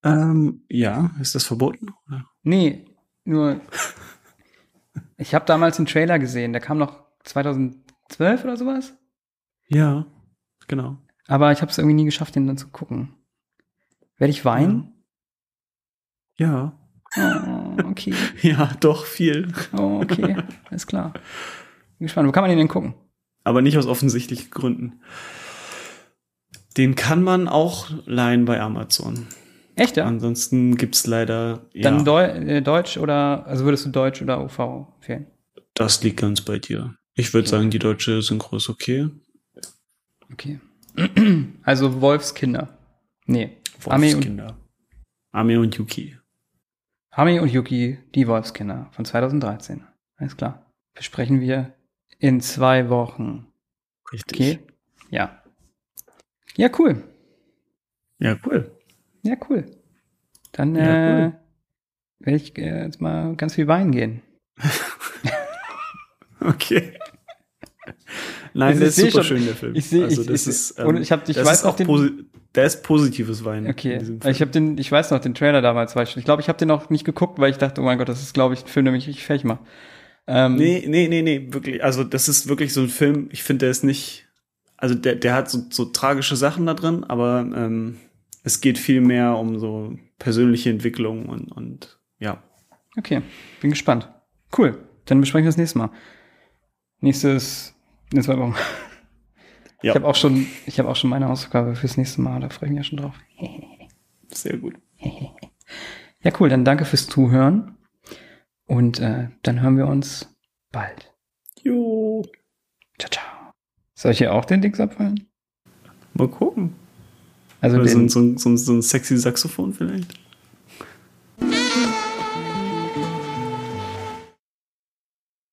Speaker 5: ähm, ja, ist das verboten? Oder?
Speaker 4: Nee, nur ich habe damals einen Trailer gesehen, der kam noch 2012 oder sowas,
Speaker 5: Ja, genau.
Speaker 4: aber ich habe es irgendwie nie geschafft, den dann zu gucken. Werde ich weinen?
Speaker 5: Ja. [laughs]
Speaker 4: Oh, okay,
Speaker 5: Ja, doch, viel.
Speaker 4: oh, okay, alles klar. Bin gespannt, wo kann man den denn gucken?
Speaker 5: aber nicht aus offensichtlichen Gründen. Den kann man auch leihen bei Amazon.
Speaker 4: Echt, ja?
Speaker 5: Ansonsten gibt's leider.
Speaker 4: Dann
Speaker 5: ja,
Speaker 4: Deu äh, Deutsch oder, also würdest du Deutsch oder OV empfehlen?
Speaker 5: das liegt ganz bei dir. Ich würde
Speaker 4: Okay.
Speaker 5: sagen, die deutsche Synchro ist okay.
Speaker 4: Okay. [clears throat] Also Wolfskinder. Nee, Armee und
Speaker 5: Wolfskinder. Armee und Yuki.
Speaker 4: Hami und Yuki, die Wolfskinder von 2013. Alles klar. Besprechen wir in zwei Wochen.
Speaker 5: Richtig.
Speaker 4: Okay? Ja. Ja, cool.
Speaker 5: Ja, cool. [laughs]
Speaker 4: Ja, cool. Dann
Speaker 5: Ja,
Speaker 4: äh, werde ich äh, jetzt mal ganz viel weinen gehen.
Speaker 5: Okay. Nein,
Speaker 4: Ich
Speaker 5: der ist
Speaker 4: seh
Speaker 5: super
Speaker 4: schon-
Speaker 5: schön, der Film.
Speaker 4: ich seh-
Speaker 5: also
Speaker 4: ich-
Speaker 5: das
Speaker 4: ich-
Speaker 5: ist, ähm,
Speaker 4: und ich hab- ich
Speaker 5: das
Speaker 4: weiß
Speaker 5: ist
Speaker 4: auch
Speaker 5: auch
Speaker 4: den-
Speaker 5: posi- Da ist positives Weinen.
Speaker 4: Okay.
Speaker 5: in diesem
Speaker 4: Ich habe den, ich weiß noch den Trailer damals, weißt du. Ich glaube, ich habe den noch nicht geguckt, weil ich dachte, oh mein Gott, das ist, glaube ich, ein Film, der mich richtig fertig macht. Ähm,
Speaker 5: Nee, nee, nee, nee, wirklich. Also, das ist wirklich so ein Film, ich finde, der ist nicht. Also, der, der hat so, so tragische Sachen da drin, aber ähm, es geht viel mehr um so persönliche Entwicklung und, und ja.
Speaker 4: Okay, bin gespannt. Cool. Dann besprechen wir das nächste Mal. Nächstes in zwei Wochen.
Speaker 5: Ja.
Speaker 4: Ich habe auch schon, ich habe auch schon meine Hausaufgabe fürs nächste Mal. Da freue ich mich ja schon drauf.
Speaker 5: Sehr gut.
Speaker 4: Ja, cool. Dann danke fürs Zuhören und äh, dann hören wir uns bald.
Speaker 5: Jo.
Speaker 4: Ciao, ciao. Soll ich hier auch den Dings abfallen?
Speaker 5: Mal gucken.
Speaker 4: Also
Speaker 5: Oder so,
Speaker 4: den,
Speaker 5: ein- so, ein- so, ein- so ein sexy Saxophon vielleicht.